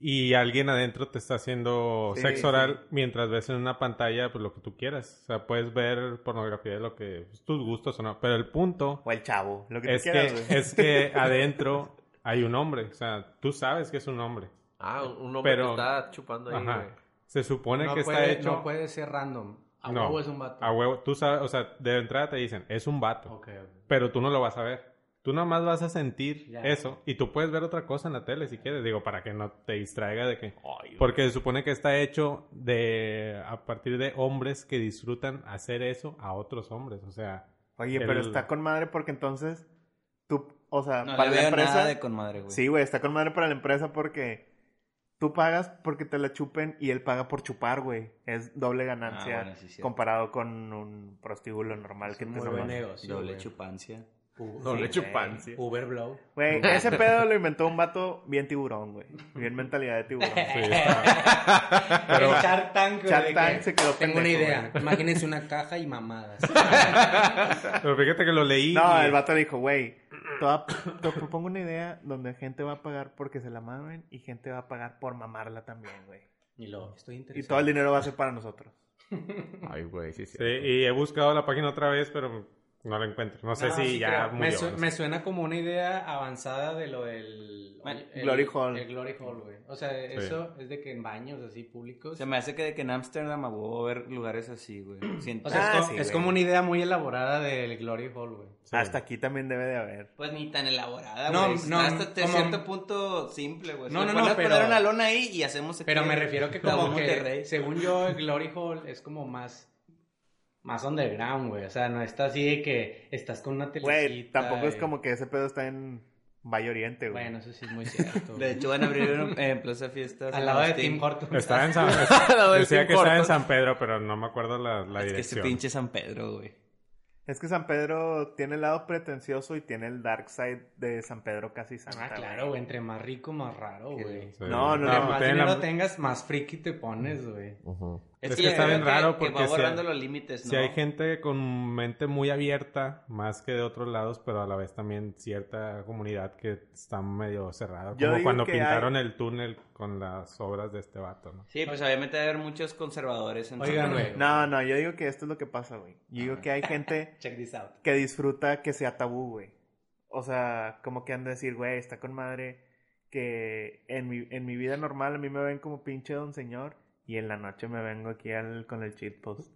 Y alguien adentro te está haciendo
Sí,
sexo
sí.
oral mientras ves en una pantalla pues, lo que tú quieras. O sea, puedes ver pornografía de lo que pues, tus gustos o no. Pero el punto
O el chavo. Lo que
es que,
tú quieras, güey.
es que adentro hay un hombre. O sea, tú sabes que es un hombre.
Ah, un hombre
Pero-
que está chupando ahí,
Ajá.
güey.
Se supone
No
que
puede-
está hecho
no puede ser random. A
No.
huevo es un vato.
a huevo. Tú sabes, o sea, de entrada te dicen, es un vato.
Ok, ok.
Pero tú no lo vas a ver. Tú nada más vas a sentir
Ya.
eso. Y tú puedes ver otra cosa en la tele si quieres. Digo, para que no te distraiga de que...
Ay, güey.
Porque se supone que está hecho de a partir de hombres que disfrutan hacer eso a otros hombres, o sea,
Oye, pero
el-
está con madre porque entonces tú, o sea,
No
para
le
la
veo
empresa.
nada de con madre, güey.
Sí, güey, está con madre para la empresa porque tú pagas porque te la chupen y él paga por chupar, güey. Es doble
Ah,
ganancia
bueno, sí, sí.
comparado con un prostíbulo normal
Es
que
un
te
muy
nomás-
buen negocio.
Doble
güey.
chupancia.
U-
Sí,
Doble
güey.
chupancia.
Uber Blow.
Güey, ese pedo lo inventó un vato bien tiburón, güey. Bien mentalidad de tiburón.
el Shark Tank, güey,
Shark
de
Tank
que
se quedó
Tengo una
pendejo,
idea. Imagínense una caja y mamadas.
Pero fíjate que lo leí.
No,
y-
el vato dijo, güey, te, va- te propongo una idea donde gente va a pagar porque se la mamen y gente va a pagar por mamarla también, güey.
Y lo estoy interesado.
Y todo el dinero va a ser para nosotros.
Ay, güey, sí, sí.
Sí, y he buscado la página otra vez, pero no la encuentro. No sé
No,
si
Ah, sí
ya
creo.
murió.
me, su-
no
me
sé.
suena como una idea avanzada de lo del
Bueno,
el-
Glory Hall.
El Glory Hall, güey. O sea, eso es de que en baños así públicos.
Se me hace que de que en Ámsterdam a huevo va a haber lugares así, güey. Siento-
O sea,
Ah,
es, co-
sí,
es
güey.
como una idea muy elaborada del Glory Hall, güey.
Sí.
Hasta aquí también debe de haber.
Pues ni tan elaborada,
No,
güey.
no,
No, hasta te
como-
cierto punto simple, güey.
No,
Le
no, no,
pones
pero-
poner una lona ahí y hacemos... aquí
Pero me refiero que
la
como que,
Monterrey.
según yo, el Glory Hall es como más, más underground, güey. O sea, no está así de que estás con una telecita.
Güey, tampoco es
y-
como que ese pedo está en Valle Oriente, güey.
Bueno, eso sí es muy cierto.
De
güey.
hecho, van a abrir uno en Plaza Fiestas.
Al
en
lado de
Austin.
Tim Hortons.
Estaba en San
Lo del
Decía
Tim
que estaba en
Hortons.
San Pedro, pero no me acuerdo la, la
Es que este
dirección.
pinche San Pedro, güey.
Es que San Pedro tiene el lado pretencioso y tiene el dark side de San Pedro casi santa.
Ah, claro, güey. Entre más rico, más raro, güey.
Sí.
No, no,
Entre
no,
más
ten
dinero
la-
tengas, más friki te pones,
Mm.
güey.
Ujú.
Es que está bien raro
porque
porque
va
si
borrando
hay-
los límites, ¿no?
Si hay gente con mente muy abierta, más que de otros lados, pero a la vez también cierta comunidad que está medio cerrada.
Yo
Como
digo
cuando
que
pintaron el túnel con las obras de este vato, ¿no?
Sí, pues obviamente va a haber muchos conservadores en
Oigan, güey.
No, no, yo digo que esto es lo que pasa, güey. Yo digo que hay gente
Check this out.
que disfruta que sea tabú, güey. O sea, como que han de decir, güey, está con madre que en mi, en mi vida normal a mí me ven como pinche don señor y en la noche me vengo aquí al, con el cheat post.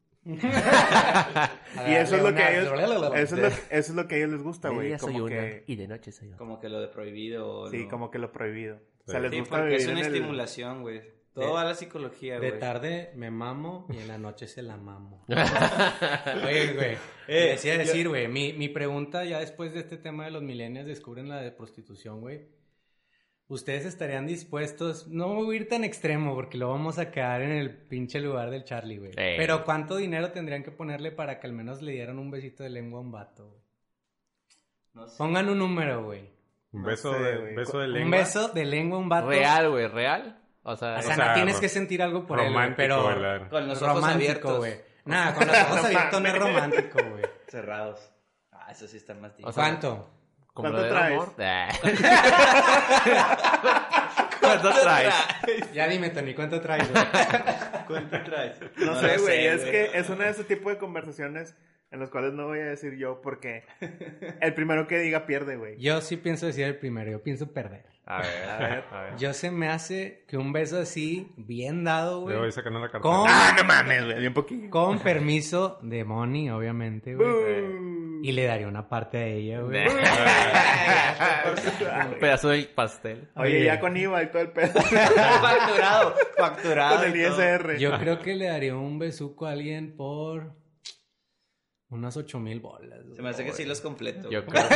Y eso es lo que a ellos,
Leonardo.
eso es lo, eso es lo que a ellos les gusta, güey. Como que,
y de noche soy otra.
Como que lo de prohibido. o
sí,
lo-
como que lo prohibido. O
Sí.
sea, les
Sí,
gusta
porque
vivir
es una
en el-
estimulación, güey. Todo
De-
va a la psicología,
De
güey.
tarde me mamo y en la noche se la mamo. Oye,
Eh,
güey. te decía decir, güey. Mi, mi pregunta ya después de este tema de los millennials descubren la de prostitución, güey. ¿Ustedes estarían dispuestos? No voy a ir tan extremo porque lo vamos a quedar en el pinche lugar del Charlie, güey.
Ey.
Pero ¿cuánto dinero tendrían que ponerle para que al menos le dieran un besito de lengua a un vato? güey?
No sé.
Pongan un número, güey.
Un
No
beso,
sé,
de,
güey.
beso de
Un
lengua.
beso de lengua a un vato.
Real, güey, real. O sea,
O
es-
sea,
O sea,
no tienes
ro-
que sentir algo por él, güey,
romántico,
pero...
¿verdad?
Con los ojos
romántico,
abiertos.
güey. Nada, con los ojos abiertos no es romántico, güey.
Cerrados. Ah, eso sí está más difícil.
O sea,
¿Cuánto?
como
¿Cuánto
lo del
traes?
amor. ¿Cuánto traes?
Ya dime, Tony, ¿cuánto traes, güey?
¿Cuánto traes?
No sé, güey. Es que es una de ese tipo de conversaciones en las cuales no voy a decir yo porque el primero que diga pierde, güey.
Yo sí pienso decir el primero, yo pienso perder.
A ver, a ver, a ver.
Yo se me hace que un beso así, bien dado,
Le voy
güey.
sacando la cartera. Ah,
Con,
no mames, güey. Bien poquito.
con permiso de Moni, obviamente, güey. Y le daría una parte a ella, güey.
Un pedazo del pastel.
Oye, ya con IVA y todo el pedo.
facturado, facturado.
con el E
y todo.
ISR.
Yo creo que le daría un besuco a alguien por unas ocho mil bolas.
Se me hace que sí los completo.
Yo creo.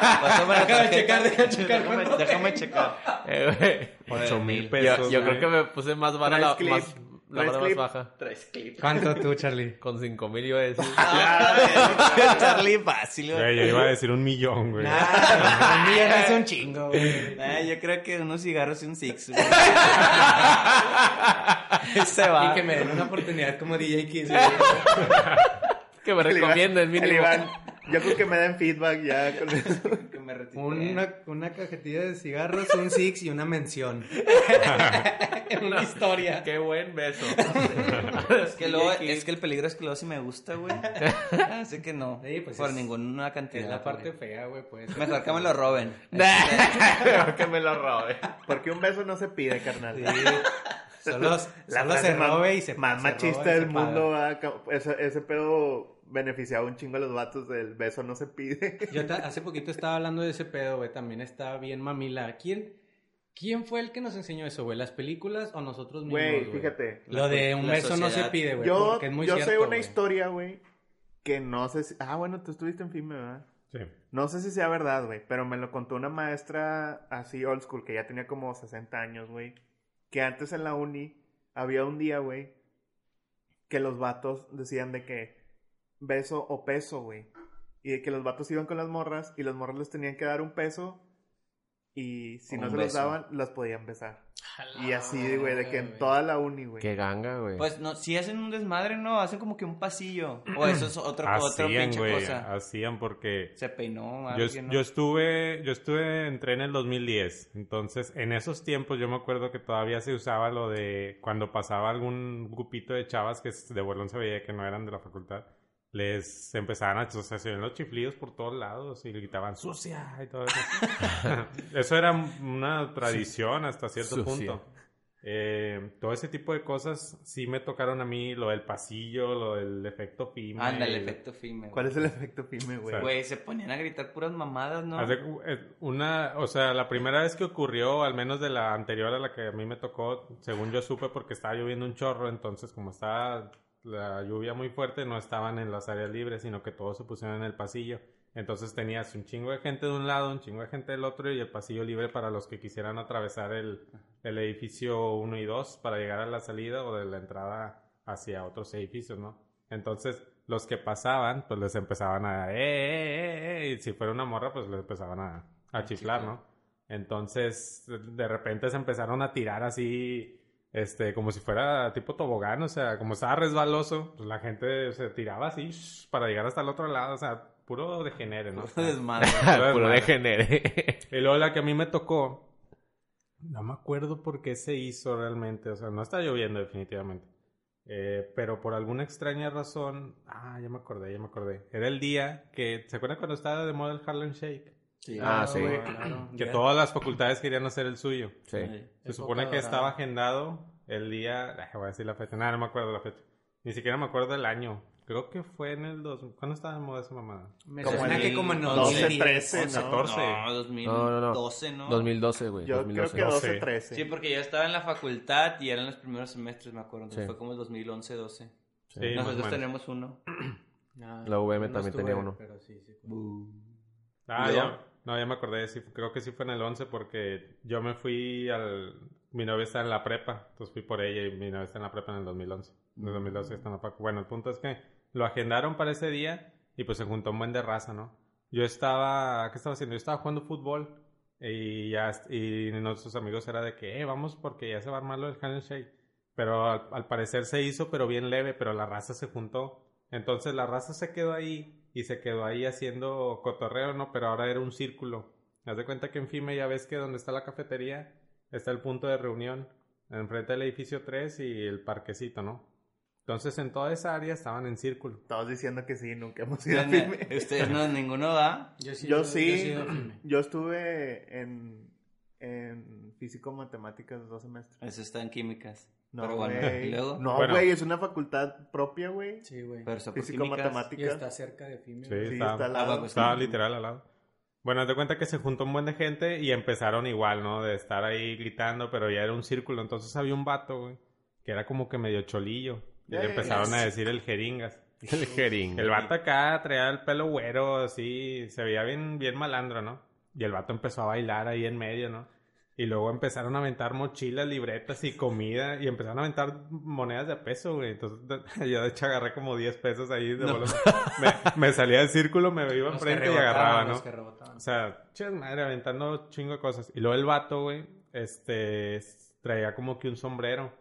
Pásame
Acaba
la
de
tarjeta.
checar, deja checar
Déjame,
cuánto
déjame checar.
eh, güey.
Ocho mil
Yo,
pesos.
yo creo
güey.
que me puse más vara la,
Traes
más,
clip.
la
Traes
vara más
clip.
baja.
Tres clips. Ah,
¿Cuánto tú, Charlie?
Con cinco mil yo decía.
Charlie fácil,
Güey,
güey.
yo iba a decir un millón, güey.
Nah, un millón es un chingo, güey.
Ah, yo creo que unos cigarros y un six. güey. Se va.
Y que me den una oportunidad como DJ Kiss.
Que me
El Iván-
recomienden,
el
mínimo.
Iván. Yo creo que me den feedback ya con eso.
Que me retiré.
Una, una cajetilla de cigarros, un six y una mención. una historia.
Qué buen beso.
Es que, luego, es que el peligro es que luego sí me gusta, güey. Así que no.
Sí, pues
por
es-
ninguna
Es
cantidad.
la parte
güey.
fea, güey, pues.
Mejor que me lo roben.
Mejor que me lo robe.
Porque un beso no se pide, carnal.
Sí. Solo, solo
frase
se
más-
robe y se
Más
se
machista
roba y
del
se paga.
mundo. va, ca- Ese, ese pedo beneficiaba un chingo a los vatos del beso no se pide.
Yo ta- hace poquito estaba hablando de ese pedo, güey. También estaba bien mamila. ¿Quién, ¿Quién fue el que nos enseñó eso, güey? ¿Las películas o nosotros mismos?
Güey, fíjate.
Lo de un
La
beso no se
sociedad.
pide, güey.
Yo,
porque es muy
yo sé
cierto,
una
güey.
historia, güey, que no sé si... Ah, bueno, tú estuviste en FIME, ¿verdad?
Sí.
No sé si sea verdad, güey, pero me lo contó una maestra así old school, que ya tenía como 60 años, güey, que antes en la uni había un día, güey, que los vatos decían de que beso o peso, güey, y de que los vatos iban con las morras y las morras les tenían que dar un peso y si
O
no
un
se los
beso.
daban, las podían besar. Y
Ah,
así, güey, de que en toda la uni, güey.
Qué ganga, güey.
Pues no, si hacen un desmadre, no, hacen como que un pasillo. O eso es otro, otra
Hacían,
pinche
güey.
cosa.
Hacían porque
Se peinó,
yo,
alguien, ¿no?
yo estuve, yo estuve, entré en el 2010. Entonces, en esos tiempos yo me acuerdo que todavía se usaba lo de cuando pasaba algún grupito de chavas que s- de bolón se veía que no eran de la facultad. Les empezaban a o sea, se oían los chiflidos por todos lados y le gritaban sucia y todo eso. eso era una tradición hasta cierto
Sucia.
punto. Eh, todo ese tipo de cosas sí me tocaron a mí, lo del pasillo, lo del efecto FIMA.
Ándale,
y-
efecto filme.
¿Cuál es el efecto pyme, güey?
O sea,
Güey, se ponían a gritar puras mamadas, ¿no?
Haz de cu- eh, Una, o sea, la primera vez que ocurrió, al menos de la anterior a la que a mí me tocó, según yo supe, porque estaba lloviendo un chorro, entonces como estaba la lluvia muy fuerte, no estaban en las áreas libres, sino que todos se pusieron en el pasillo. Entonces tenías un chingo de gente de un lado, un chingo de gente del otro y el pasillo libre para los que quisieran atravesar el, el edificio 1 y 2 para llegar a la salida o de la entrada hacia otros edificios, ¿no? Entonces, los que pasaban, pues les empezaban a... "Eh, eh, eh, eh", y si fuera una morra, pues les empezaban a, a chiflar, ¿no? Entonces, de- de repente se empezaron a tirar así, este, como si fuera tipo tobogán, o sea, como estaba resbaloso, pues la gente se tiraba así shh, para llegar hasta el otro lado, o sea, puro degenere, ¿no?
Puro desmadre.
Puro
Puro
desmadre.
degenere.
Y luego la que a mí me tocó, no me acuerdo por qué se hizo realmente, o sea, no está lloviendo definitivamente, Eh, pero por alguna extraña razón, ah, ya me acordé, ya me acordé, era el día que, ¿se acuerdan cuando estaba de moda el Harlem Shake?
Sí,
Ah, sí.
güey, claro.
Que
Ya.
todas las facultades querían hacer el suyo.
Sí.
Se supone que estaba agendado el día, ay, voy a decir la fecha, nada, no me acuerdo la fecha, ni siquiera me acuerdo el año. Creo que fue en el 2000. ¿Cuándo estaba de moda esa mamada?
Me
Como
suena
en
que como en
12,
2010.
13,
¿no?
¿no?
14.
No, 2012, ¿no?
2012, güey.
Yo
2012.
creo que 12,
Sí.
13.
Sí, porque yo estaba en la facultad y eran los primeros semestres, me acuerdo. Entonces
Sí.
fue como el 2011, 12.
Sí.
Sí, más o
Nosotros
menos.
tenemos uno.
No,
La VM
no
también
estuve,
tenía uno.
pero sí, sí.
Ah,
¿Y luego?
ya. No, ya me acordé. Sí, creo que sí fue en el 11 porque yo me fui al... Mi novia está en la prepa, entonces fui por ella y mi novia está en la prepa en el 2011. En el 2012 está en la prepa. Bueno, el punto es que lo agendaron para ese día y pues se juntó un buen de raza, ¿no? Yo estaba... ¿Qué estaba haciendo? Yo estaba jugando fútbol y ya... est- Y nuestros amigos era de que, eh, vamos porque ya se va a armar lo del handshake. Pero al, al parecer se hizo, pero bien leve, pero la raza se juntó. Entonces la raza se quedó ahí y se quedó ahí haciendo cotorreo, ¿no? Pero ahora era un círculo. Haz de cuenta que en FIME ya ves que donde está la cafetería está el punto de reunión, enfrente del edificio 3 y el parquecito, ¿no? Entonces en toda esa área estaban en círculo.
Todos diciendo que sí, nunca hemos ido a pyme.
Ustedes no, ninguno va.
Yo sí, yo estuve en, en físico-matemáticas dos semestres.
Eso está en químicas.
No,
Pero bueno,
güey.
¿y luego?
No, güey,
Bueno.
es una facultad propia, güey.
Sí, güey.
Pero eso por químicas.
Y
Físico-matemáticas.
está cerca de Fime.
Sí.
güey.
Sí,
está-
está al
pues, Ah,
lado.
va, pues,
Estaba
sí.
literal al lado. Bueno, haz de cuenta que se juntó un buen de gente y empezaron igual, ¿no? De estar ahí gritando, pero ya era un círculo. Entonces había un vato, güey, que era como que medio cholillo. Y le
Ey.
empezaron a decir el jeringas.
El jeringa.
El vato acá traía el pelo güero, así, se veía bien, bien malandro, ¿no? Y el vato empezó a bailar ahí en medio, ¿no? Y luego empezaron a aventar mochilas, libretas y comida, y empezaron a aventar monedas de a peso, güey. Entonces, de- yo de hecho agarré como 10 pesos ahí de bolos. Me, me salía del círculo, me iba
Los que
enfrente y
rebotaban,
agarraba,
los
¿no?
que rebotaban.
O sea, ches madre, aventando chingo de cosas. Y luego el vato, güey, este, s- traía como que un sombrero.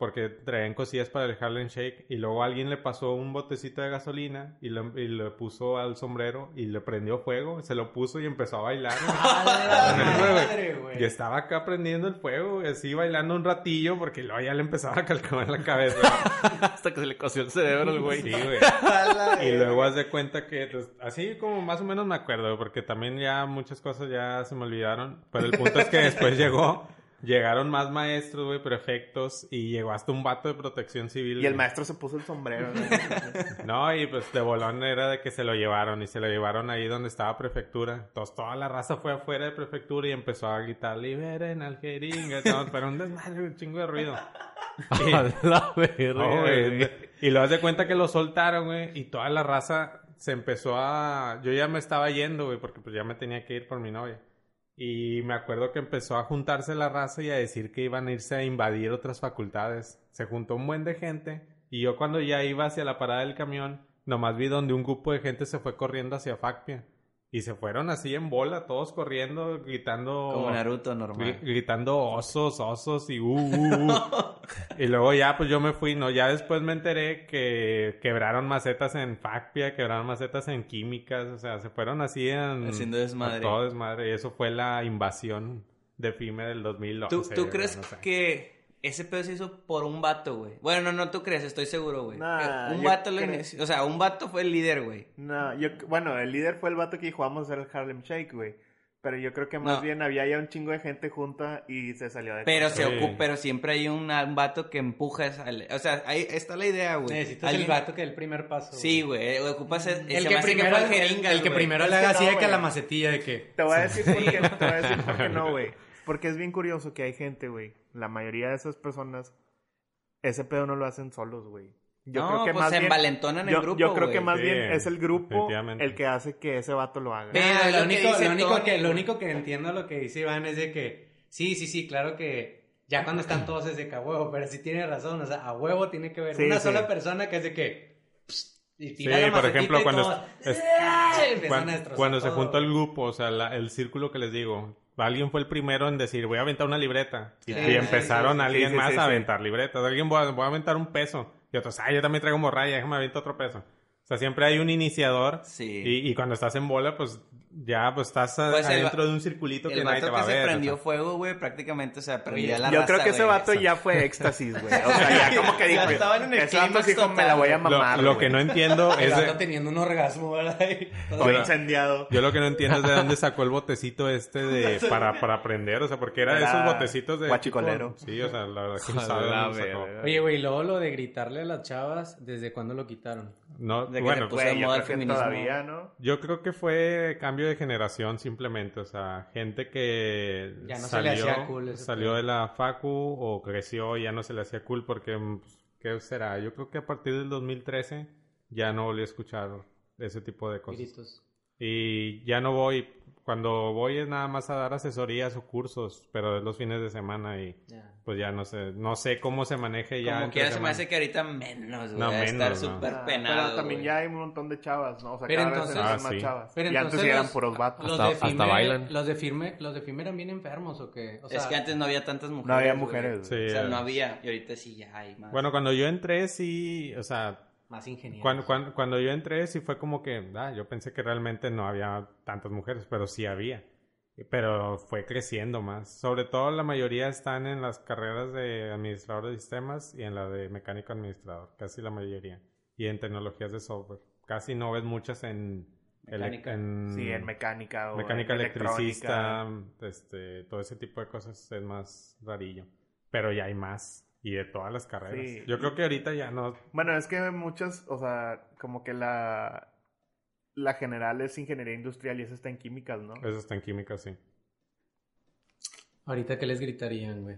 Porque traían cosillas para el Harlem Shake. Y luego alguien le pasó un botecito de gasolina y lo, y le puso al sombrero y le prendió fuego. Se lo puso y empezó a bailar. güey.
¡A la
güey.
madre, güey!
y estaba acá prendiendo el fuego, güey, así bailando un ratillo porque luego ya le empezaba a calcular la cabeza.
Hasta que se le coció el cerebro al güey.
Sí, güey. Y luego haz de cuenta que, pues, así como más o menos me acuerdo, porque también ya muchas cosas ya se me olvidaron. Pero el punto es que después llegó, llegaron más maestros, güey, prefectos, y llegó hasta un vato de protección civil.
Y el
güey.
maestro se puso el sombrero. ¿no?
No, y pues de bolón era de que se lo llevaron, y se lo llevaron ahí donde estaba prefectura. Entonces toda la raza fue afuera de prefectura y empezó a gritar, liberen al jeringa, todo, pero un desmadre, un chingo de ruido. Y-
A la verga,
No, güey.
güey.
Y lo haz de cuenta que lo soltaron, güey. Y toda la raza se empezó a... Yo ya me estaba yendo, güey, porque pues ya me tenía que ir por mi novia. Y me acuerdo que empezó a juntarse la raza y a decir que iban a irse a invadir otras facultades. Se juntó un buen de gente y yo cuando ya iba hacia la parada del camión, nomás vi donde un grupo de gente se fue corriendo hacia Facpia. Y se fueron así en bola, todos corriendo, gritando...
Como Naruto
Gri-
normal.
gritando osos, osos y uh, uh, uh. y luego ya, pues yo me fui, ¿no? Ya después me enteré que quebraron macetas en Facpia, quebraron macetas en Químicas, o sea, se fueron así en...
Haciendo desmadre.
a Todo desmadre. Y eso fue la invasión de FIME del 2011.
¿Tú, tú
güey,
crees
no sé.
que ese pedo se hizo por un vato, güey? Bueno, no, no tú crees, estoy seguro, güey.
Nah,
Eh, un
yo
vato lo
creo-
inició- O sea, un vato fue el líder, güey.
No, yo, bueno, el líder fue el vato que dijo, vamos a hacer el Harlem Shake, güey. Pero yo creo que más
No.
bien había ya un chingo de gente junta y se salió de
Pero se
Sí.
ocupa, pero siempre hay un, un vato que empuja esa... O sea, ahí está la idea, güey.
Necesitas el
Alguien-
gato que dé el primer paso.
Sí, güey, eh, ocupas el,
El
se
que
me hace
primero,
fue
el-
Jeringas,
el que
güey.
primero le
Es que
haga así
no,
de que a la
güey.
macetilla de que.
Te voy a decir por qué, te voy a decir por qué no, güey. Porque es bien curioso que hay gente, güey. La mayoría de esas personas, ese pedo no lo hacen solos, güey. Yo
no,
creo que
pues
más
se
bien,
envalentonan en
yo,
el grupo,
yo creo que
güey.
más
Sí,
bien es el grupo
definitivamente.
el que hace que ese vato lo
Ve-
haga.
Pero
Ah,
lo,
lo que
único,
dice
lo, único
Tony,
que, lo
güey.
único que entiendo lo que dice Iván es de que sí, sí, sí, claro que ya cuando están todos es de que a huevo, pero sí tiene razón, o sea, a huevo tiene que ver
Sí,
una
sí.
sola persona que es de que pss, y tira
Sí,
la
por
macetita
ejemplo,
y
cuando
todos,
es- es-
¡ah! y empiezan a
Cuan-
destrozar
Cuando, se
todo.
juntó el grupo, o sea, la- el círculo que les digo, alguien fue el primero en decir, voy a aventar una libreta. Y,
Sí,
y
sí,
empezaron
sí, sí,
alguien
sí,
más
sí,
a
sí.
aventar libretas. Alguien voy a, voy a aventar un peso. Y otros, ah, yo también traigo morralla, déjame aventar otro peso. O sea, siempre hay un iniciador.
Sí.
Y, y cuando estás en bola, pues ya pues estás a-
Pues el
adentro
va-
de un circulito que
El
nadie
vato
te
que
va a
se
ver. o sea.
prendió fuego, güey, prácticamente, o sea, prendió
Oye,
la
yo
raza,
creo que ese
güey.
vato ya fue éxtasis, güey. O sea, ya como que dijo,
Ya estaban en el
ese vato
clímax
dijo, me la
total,
voy a
güey.
Lo-
mamar,
lo, que
güey".
no entiendo
El
es
vato
de-
teniendo un orgasmo, ¿verdad? Y todo.
Todo incendiado.
yo lo que no entiendo es de dónde sacó el botecito este de para para prender, o sea, porque era de
Era
esos botecitos de
guachicolero.
tipo- sí, o sea, la verdad quién
Ojalá,
sabe dónde
verga.
sacó.
Oye, güey, luego lo de gritarle a las chavas, ¿desde cuándo lo quitaron?
No,
De que le
bueno,
puso- Pues,
Güey, yo
moda
creo
el
que
feminismo.
todavía, ¿no?
yo creo que fue cambio de generación simplemente, o sea, gente que
Ya no se le
salió,
hacía cool ese
salió
pedo.
de la facu o creció y ya no se le hacía cool porque mm, pues, ¿qué será? Yo creo que a partir del 2013 ya no volví a escuchar ese tipo de cosas.
Gritos.
Y ya no voy. Cuando voy es nada más a dar asesorías o cursos, pero es los fines de semana y
Ya.
pues ya no sé, no sé cómo se maneje ya.
Como
entre
quiera se me
semana.
hace que ahorita menos, güey.
No,
No, estar
menos, no.
súper
Ah,
penado,
Pero también
güey.
ya hay un montón de chavas, ¿no? O sea,
Pero
cada
entonces-
vez se hacen
Ah,
más
sí.
chavas.
Pero
y antes
entonces
sí eran
los-
puros vatos.
Los
Hasta-
de
hasta
Fime-
bailan.
Los de firme, los de firme eran bien enfermos, ¿o qué? O sea,
es que antes no había tantas mujeres.
No había
güey.
mujeres,
Sí,
güey.
O sea,
eh,
no había. Y ahorita sí ya hay más.
Bueno, cuando yo entré sí, o sea,
más ingenieros.
cuando, cuando, cuando yo entré sí fue como que, ah, yo pensé que realmente no había tantas mujeres, pero sí había. Pero fue creciendo más. Sobre todo la mayoría están en las carreras de administrador de sistemas y en la de mecánico administrador, casi la mayoría. Y en tecnologías de software. Casi no ves muchas en... ele-
Mecánica.
en-
Sí, en mecánica o
Mm. mecánica
en
electricista,
electrónica.
este, todo ese tipo de cosas es más rarillo. Pero ya hay más y de todas las carreras.
Sí.
Yo creo que ahorita ya no.
Bueno, es que muchas, o sea, como que la la general es ingeniería industrial y esa está en químicas, ¿no?
Eso está en química, sí.
Ahorita que les gritarían, güey.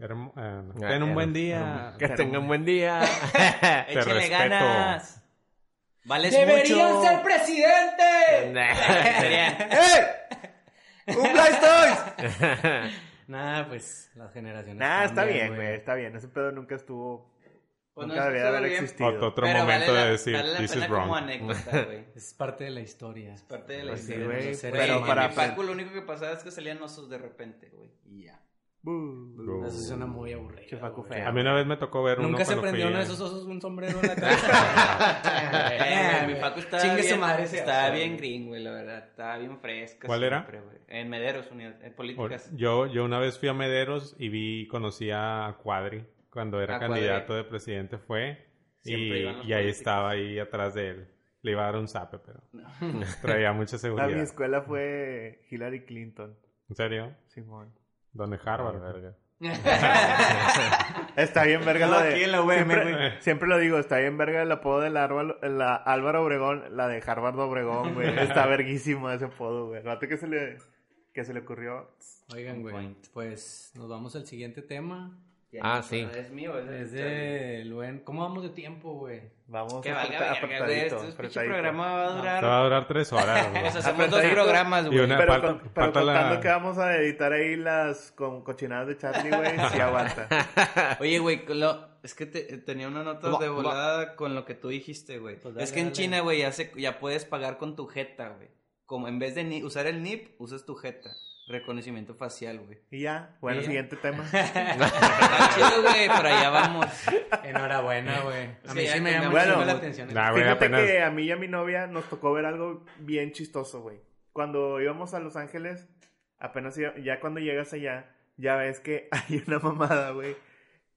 Herm- eh, no.
Ah,
Ten un
era-
buen día.
Que tengan buen día.
Te
Échale
respeto.
ganas. Vales
¡Deberían
mucho.
ser presidentes!
Deberían.
¡Eh! ¡Un Black Toys!
Nada, pues las generaciones.
nah, está
cambian,
bien, güey, está bien. Ese pedo nunca estuvo,
Pues no,
nunca
eso
debía
estuvo
haber
bien.
existido.
Otro, otro
Pero vale
momento
la-
de decir,
vale la
this
pena
is wrong.
como anécdota, güey.
Es parte de la historia. Es
parte de la
Pues Sí,
historia.
güey,
Güey,
pero
Pero para
para-
en mi facu lo único que pasaba es que salían osos de repente, güey. Y ya.
Buh.
Go.
Eso suena muy aburrido.
Che, Facu,
güey.
feo.
A mí una vez me tocó ver uno
Nunca se
cuando
prendió
fui
uno
a-
de esos osos un sombrero en la cabeza.
Eh, mi facu estaba
Ah, Chingue
bien,
su madre ese
estaba
oso,
bien
güey.
green, güey, la verdad. Estaba bien fresca.
¿Cuál era?
siempre, güey. En Mederos, Unidos, en Políticas.
Yo, yo una vez fui a Mederos y vi, conocí a Cuadri cuando era
A Cuadri.
candidato de presidente, fue.
Siempre
y
iban los
y ahí
políticos.
estaba ahí atrás de él. Le iba a dar un zape, pero traía mucha
A mi
seguridad.
escuela fue Hillary Clinton,
¿En serio?
Simón.
Donde
Bárbaro,
Harvard.
verga.
Está bien verga
No,
la
aquí
de...
en la UEM,
siempre,
güey.
siempre lo digo, está bien verga el apodo de la, Álvaro- la Álvaro Obregón, la de Harvard Obregón, güey. Está verguísimo ese apodo, güey. Rato que se le, que se le ocurrió.
Oigan, güey,
Point.
pues nos vamos al siguiente tema.
Ya
Ah,
no,
sí.
Es mío, es,
Es del buen. ¿Cómo vamos de tiempo, güey?
Vamos
Que valga
apretadito,
verga, güey. Este pinche
apretadito.
programa va a
Te
durar.
va a durar tres horas, güey.
o sea, hacemos dos
Apretadito.
programas, güey.
Y una-
Pero,
Falta-
con- pero
falta la-
contando que vamos a editar ahí las con cochinadas de Charlie, güey, sí aguanta.
Oye, güey, con lo- es que te- eh, tenía una nota
Bla,
de
bla.
volada con lo que tú dijiste, güey.
Pues dale,
es que en
dale.
China, güey, ya, se- ya puedes pagar con tu jeta, güey. Como en vez de ni- usar el NIP, usas tu jeta. Reconocimiento facial, güey.
Y ya, bueno,
Y ya.
siguiente tema.
Está chido, güey, para allá vamos.
Enhorabuena, güey. A
Sí,
mí sí,
ya
me llamó
cambiamos.
mucho la
Bueno.
atención.
Ah,
Nah, güey,
Fíjate
apenas.
que a mí y a mi novia nos tocó ver algo bien chistoso, güey. Cuando íbamos a Los Ángeles, apenas iba- ya cuando llegas allá, ya ves que hay una mamada, güey,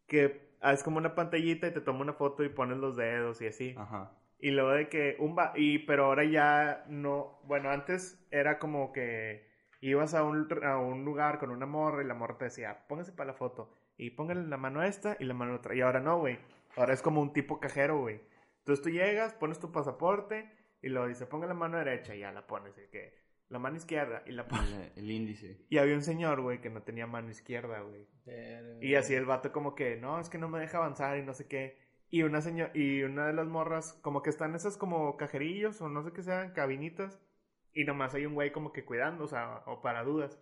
que ah, es como una pantallita y te toma una foto y pones los dedos y así.
Ajá.
Y luego de que un va y pero ahora ya no, bueno, antes era como que ibas a un, a un lugar con una morra y la morra te decía, "Póngase para la foto." Y póngale la mano a esta y la mano a la otra. Y ahora no, güey. Ahora es como un tipo cajero, güey. Entonces tú llegas, pones tu pasaporte y luego dice, "Ponga la mano derecha." Y ya la pones, y que la mano izquierda y la pones.
El, el índice.
Y había un señor, güey, que no tenía mano izquierda, güey. Y así el vato como que, no, es que no me deja avanzar y no sé qué. Y una señora, y una de las morras, como que están esas como cajerillos o no sé qué sean, cabinitas. Y nomás hay un güey como que cuidando, o sea, o para dudas.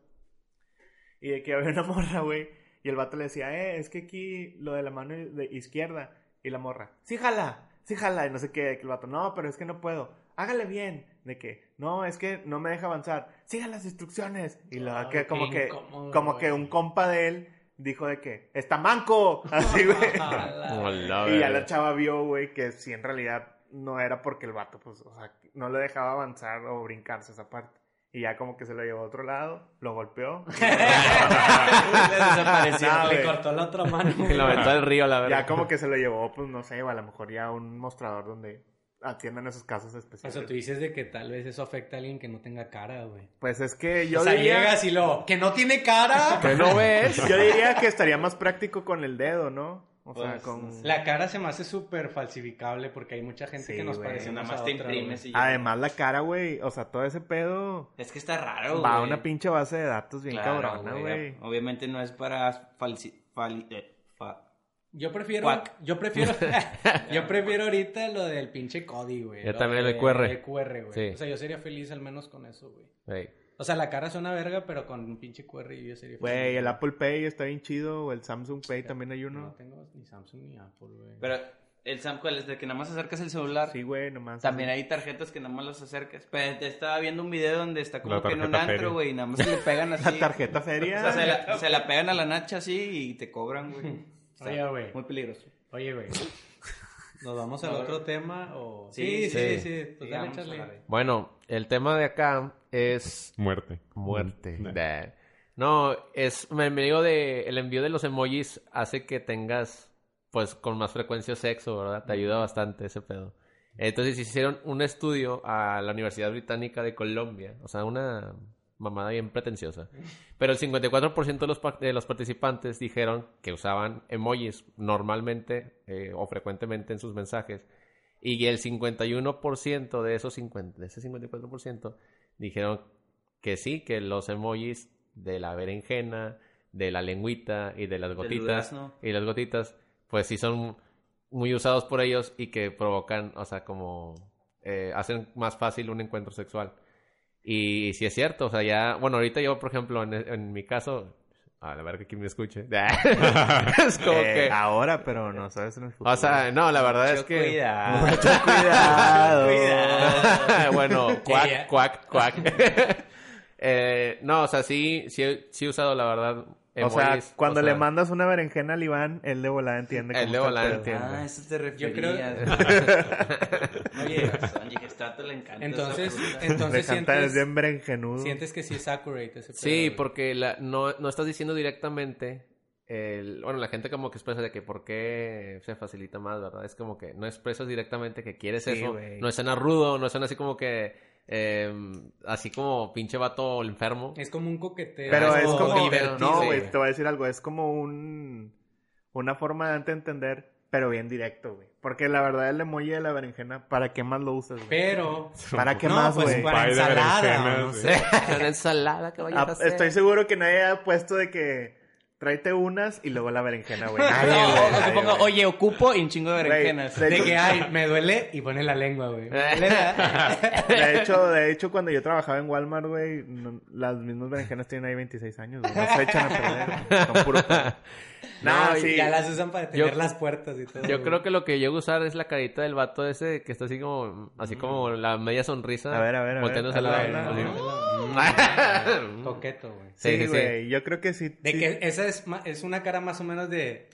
Y de que había una morra, güey. Y el vato le decía, eh, es que aquí lo de la mano de izquierda. Y la morra, sí jala, sí jala. Y no sé qué, de que el vato, no, pero es que no puedo. Hágale bien. De que, no, es que no me deja avanzar. Siga las instrucciones. Y la que como que... Como que un compa de él dijo de que está manco, así güey. y ya la chava vio, güey, que sí en realidad no era porque el vato, pues, o sea, no le dejaba avanzar o brincarse esa parte. Y ya como que se lo llevó a otro lado, lo golpeó.
desapareció.
Ah,
Le
güey.
cortó la otra mano. güey.
lo aventó al río, la verdad.
ya como que se lo llevó, pues no sé, a lo mejor ya a un mostrador donde atiendan esos casos
O sea,
especiales.
tú dices de que tal vez eso afecta a alguien que no tenga cara, güey.
Pues es que yo
O sea,
diría,
llegas y lo... ¡Que no tiene cara!
¿Que no ves?
yo diría que estaría más práctico con el dedo, ¿no? O sea,
Pues,
con
no sé.
La cara se me hace súper falsificable porque hay mucha gente
Sí,
que nos
güey.
parece
Nada
más
más te imprimes y ya.
además la cara, güey, o sea, todo ese pedo
Es que está raro, güey.
Va a una pinche base de datos bien
Claro,
cabrona, güey.
Obviamente no es para falsi... fal- eh, fa-
Yo prefiero...
Cuac.
Yo prefiero... yo prefiero ahorita lo del pinche Cody, güey.
Yo
Lo
también el
de-
EQR.
EQR, güey.
Sí.
O sea, yo sería feliz al menos con eso, güey.
Ey.
O sea, la cara es una verga, pero con un pinche QR yo sería
Güey,
feliz.
el Apple Pay está bien chido, o el Samsung Pay también hay
No
uno.
tengo ni Samsung ni Apple, güey.
Pero el Sam, ¿cuál es? De que nada más acercas el celular.
Sí, güey, nomás.
También hay tarjetas que nada más las acercas. Pero te estaba viendo un video donde está como
La
que en un
tarjeta feria.
antro, güey, y nada más le pegan así.
La tarjeta
O sea, se
feria.
la, se la pegan a la nacha así y te cobran, güey. Está
Oye, güey.
Muy peligroso.
Oye, güey. ¿Nos vamos al
No,
otro tema o...? sí,
Sí,
sí.
sí.
Pues dale,
Sí, vamos a
Charlie.
la-
Bueno, el tema de acá es
Muerte.
muerte.
Nah.
Nah. No, es me me digo de el envío de los emojis hace que tengas pues con más frecuencia sexo, ¿verdad? Te ayuda bastante ese pedo. Entonces hicieron un estudio a la Universidad Británica de Colombia, o sea, una mamada bien pretenciosa. Pero el 54% de los, pa- de los participantes dijeron que usaban emojis normalmente eh, o frecuentemente en sus mensajes. Y el 51% de esos 50, de ese 54% dijeron que sí, que los emojis de la berenjena, de la lengüita y de las gotitas
durazno.
y las gotitas, pues sí son muy usados por ellos y que provocan, o sea, como eh, hacen más fácil un encuentro sexual. Y sí es cierto, o sea, ya, bueno, ahorita yo, por ejemplo, en, en mi caso, a la verdad que quien me escuche, es como
Eh, pues,
que,
Ahora, pero no sabes en el futuro.
o sea, no, la verdad es
Mucho
que,
Cuidado.
cuidado.
bueno,
Ella.
cuac, cuac, cuac. Eh, no, o sea, sí, sí, sí he usado, la verdad,
O sea,
emojis,
cuando
o
le
sea,
mandas una berenjena al Iván, él de volada entiende.
Él
cómo
de
está el
volada
pedo.
entiende.
Ah, eso te
Yo creo-
referías. Oye, Oye, Strato le encanta. esa
Entonces,
fruta.
entonces
Le canta, es
sientes,
bien berenjenudo.
sientes que sí es accurate ese
Sí,
pedo, güey.
porque la, no, no estás diciendo directamente. El, bueno, la gente como que expresa de que por qué se facilita más, ¿verdad? Es como que no expresas directamente que quieres
Sí,
eso.
güey.
No suena rudo, no suena así como que. em, así como pinche vato enfermo.
Es como un coqueteo.
Pero
Ah, es
es como.
como divertido,
no,
güey.
güey, te voy a decir algo. Es como un. Una forma de entender, pero bien directo, güey. Porque la verdad, el emoji de la berenjena, ¿para qué más lo usas, güey?
Pero...
¿Para qué
No,
más,
pues,
güey?
para
Pay de
ensalada,
berenjenas,
no
güey.
sé.
Una ensalada que vayas
Ah,
a hacer.
estoy seguro que nadie ha puesto de que Tráete unas y luego la berenjena, güey.
No,
Nadie, güey,
o que
nadie,
ponga,
güey.
oye, ocupo y un chingo de
Güey,
berenjenas.
de
De
hecho-
que, ay, me duele y pone la lengua, güey.
Eh,
Me duele la-
De hecho, de hecho, cuando yo trabajaba en Walmart, güey, no- las mismas berenjenas tienen ahí 26 años, güey. No se echan a perder. güey. Son puro... No,
No,
sí.
Ya las usan para
Yo-
tener las puertas y todo.
Yo
güey.
creo que lo que llego a usar es la carita del vato ese que está así como,
Mm.
así como la media sonrisa.
A ver, a ver, a ver.
volteándose
A
la
ver,
así.
a
Coqueto, güey.
Sí,
Sí,
sí, sí.
güey. Yo creo que sí.
De
sí.
que esa es, ma- es una cara más o menos de...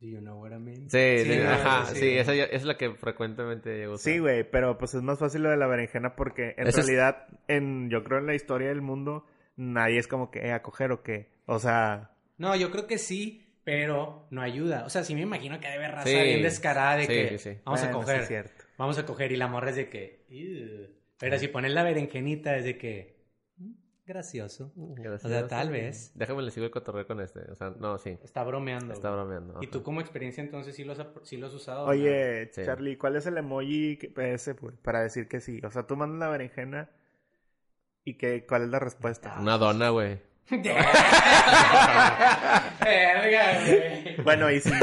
Do you know what I mean?
Sí, sí,
güey,
ajá,
sí,
sí,
güey.
esa ya- es la que frecuentemente llego a usar.
Sí, güey, pero pues es más fácil lo de la berenjena porque en
Eso es-
realidad, en, yo creo en la historia del mundo, nadie es como que, eh, a coger o qué. O sea,
No, yo creo que sí, pero no ayuda. O sea, sí me imagino que debe raza
Sí.
bien descarada de
Sí,
que
sí, sí.
vamos a
bueno, sí
coger,
es cierto.
vamos a coger y la morra es de que... "Ew". Pero si pones la berenjenita es de que... "Mm, Gracioso.
Mm, Gracias.
O sea, tal vez.
Déjame le sigo el cotorreo con este. O sea, no, sí.
Está bromeando.
Está
güey.
bromeando.
Y
ajá.
tú como experiencia entonces sí lo has, ap- sí lo has usado. güey?
Oye,
Sí.
Charlie, ¿cuál es el emoji que- ese, güey, para decir que sí? O sea, tú mandas la berenjena y que, ¿cuál es la respuesta?
Ah.
Una dona, güey.
Verga, güey.
Bueno, y si no,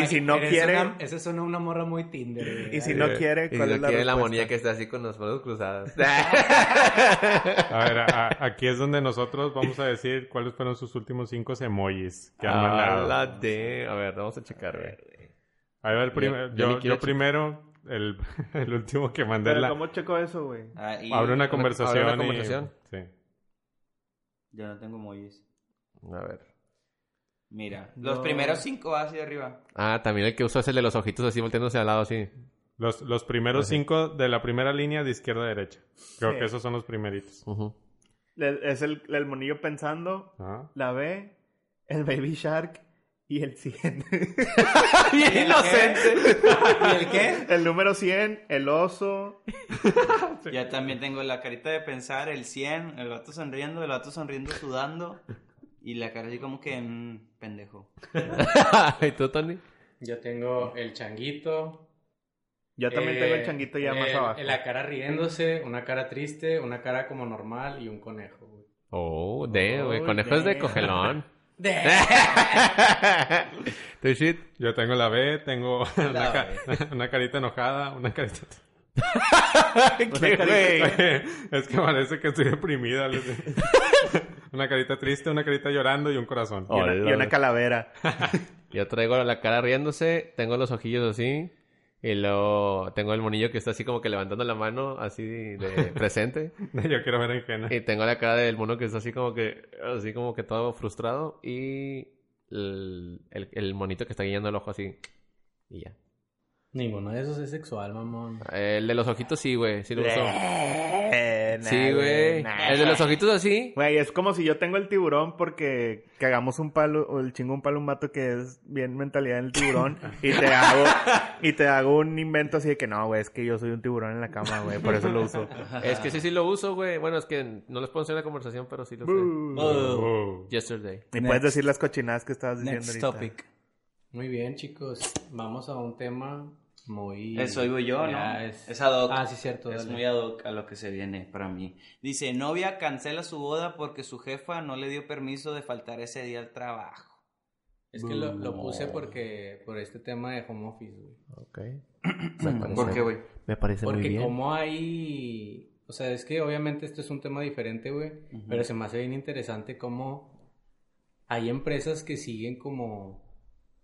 y si no
Pero eso
quiere,
suena- Eso suena una morra muy Tinder. güey.
y si no quiere,
Y
¿cuál
no
es la
quiere la
respuesta?
monía que está así con los brazos cruzados.
A ver, a- a- aquí es donde nosotros vamos a decir cuáles fueron sus últimos cinco emojis que han
Ah,
mandado.
la de... A ver, vamos a checar, güey.
Ahí va el primer-
Yo- yo
yo,
ni
yo
quiero checar.
primero, el, el último que mandé.
Pero
la-
¿cómo checo eso, güey?
Ah, y-
Abre una conversación.
Abre una
y-
conversación.
sí.
Yo no tengo emojis.
A ver.
Mira, los
No.
primeros cinco hacia arriba.
Ah, también el que uso es el de los ojitos así volteándose al lado así.
Los, los primeros cinco de la primera línea de izquierda a derecha. Creo
Sí.
que esos son los primeritos.
Ujú.
Le- Es el, el monillo pensando,
Ah.
la B, el baby shark y el 100.
Bien inocente.
¿Y el qué?
el número 100, el oso.
Ya también tengo la carita de pensar, el 100, el vato sonriendo, el vato sonriendo, sudando. Y la cara así como que, mm, pendejo.
¿Y tú, Tony?
Yo tengo el changuito.
Yo también tengo Eh, el changuito ya más abajo.
Eh, La cara riéndose, una cara triste, una cara como normal y un conejo. güey.
Oh, de, güey.
Oh,
Conejo es de
damn.
cogelón.
De-
¿Tu shit?
Yo tengo la B, tengo una,
La
ca- una carita enojada, una carita...
¿Qué, güey?
Oye, es que parece que estoy deprimida. les- una carita triste, una carita llorando y un corazón.
Y una, y una calavera.
Yo traigo la cara riéndose, tengo los ojillos así. Y luego tengo el monillo que está así como que levantando la mano, así de presente.
Yo quiero ver en
Y tengo la cara del mono que está así como que, así como que todo frustrado. Y el, el, el monito que está guiñando el ojo así. Y ya.
Ninguno de esos es sexual, mamón.
El de los ojitos sí, güey. Sí lo uso.
Eh, nah,
Sí, güey.
nah.
El de los ojitos así.
Güey, es como si yo tengo el tiburón porque cagamos un palo, o el chingo un palo, un mato que es bien mentalidad del tiburón y te hago, y te hago un invento así de que no, güey, es que yo soy un tiburón en la cama, güey, por eso lo uso.
Es que sí, sí lo uso, güey. Bueno, es que no les puedo hacer la conversación, pero sí Oh. lo sé.
Oh.
Boo.
Yesterday.
Y puedes decir las cochinadas que estabas diciendo
Next
ahorita.
topic.
Muy bien, chicos. Vamos a un tema muy...
Eso digo yo, ¿no?
Ya,
Es,
Es...
ad hoc.
Ah, sí, cierto.
es
dale.
muy ad hoc a lo que se viene para mí. Dice, novia cancela su boda porque su jefa no le dio permiso de faltar ese día al trabajo.
Es que lo, lo puse porque... Por este tema de home office, güey.
Ok. Me parece,
¿Por qué, güey?
Me parece muy
Porque
bien.
como hay... O sea, es que obviamente esto es un tema diferente, güey.
Ujú.
Pero se me hace bien interesante cómo hay empresas que siguen como...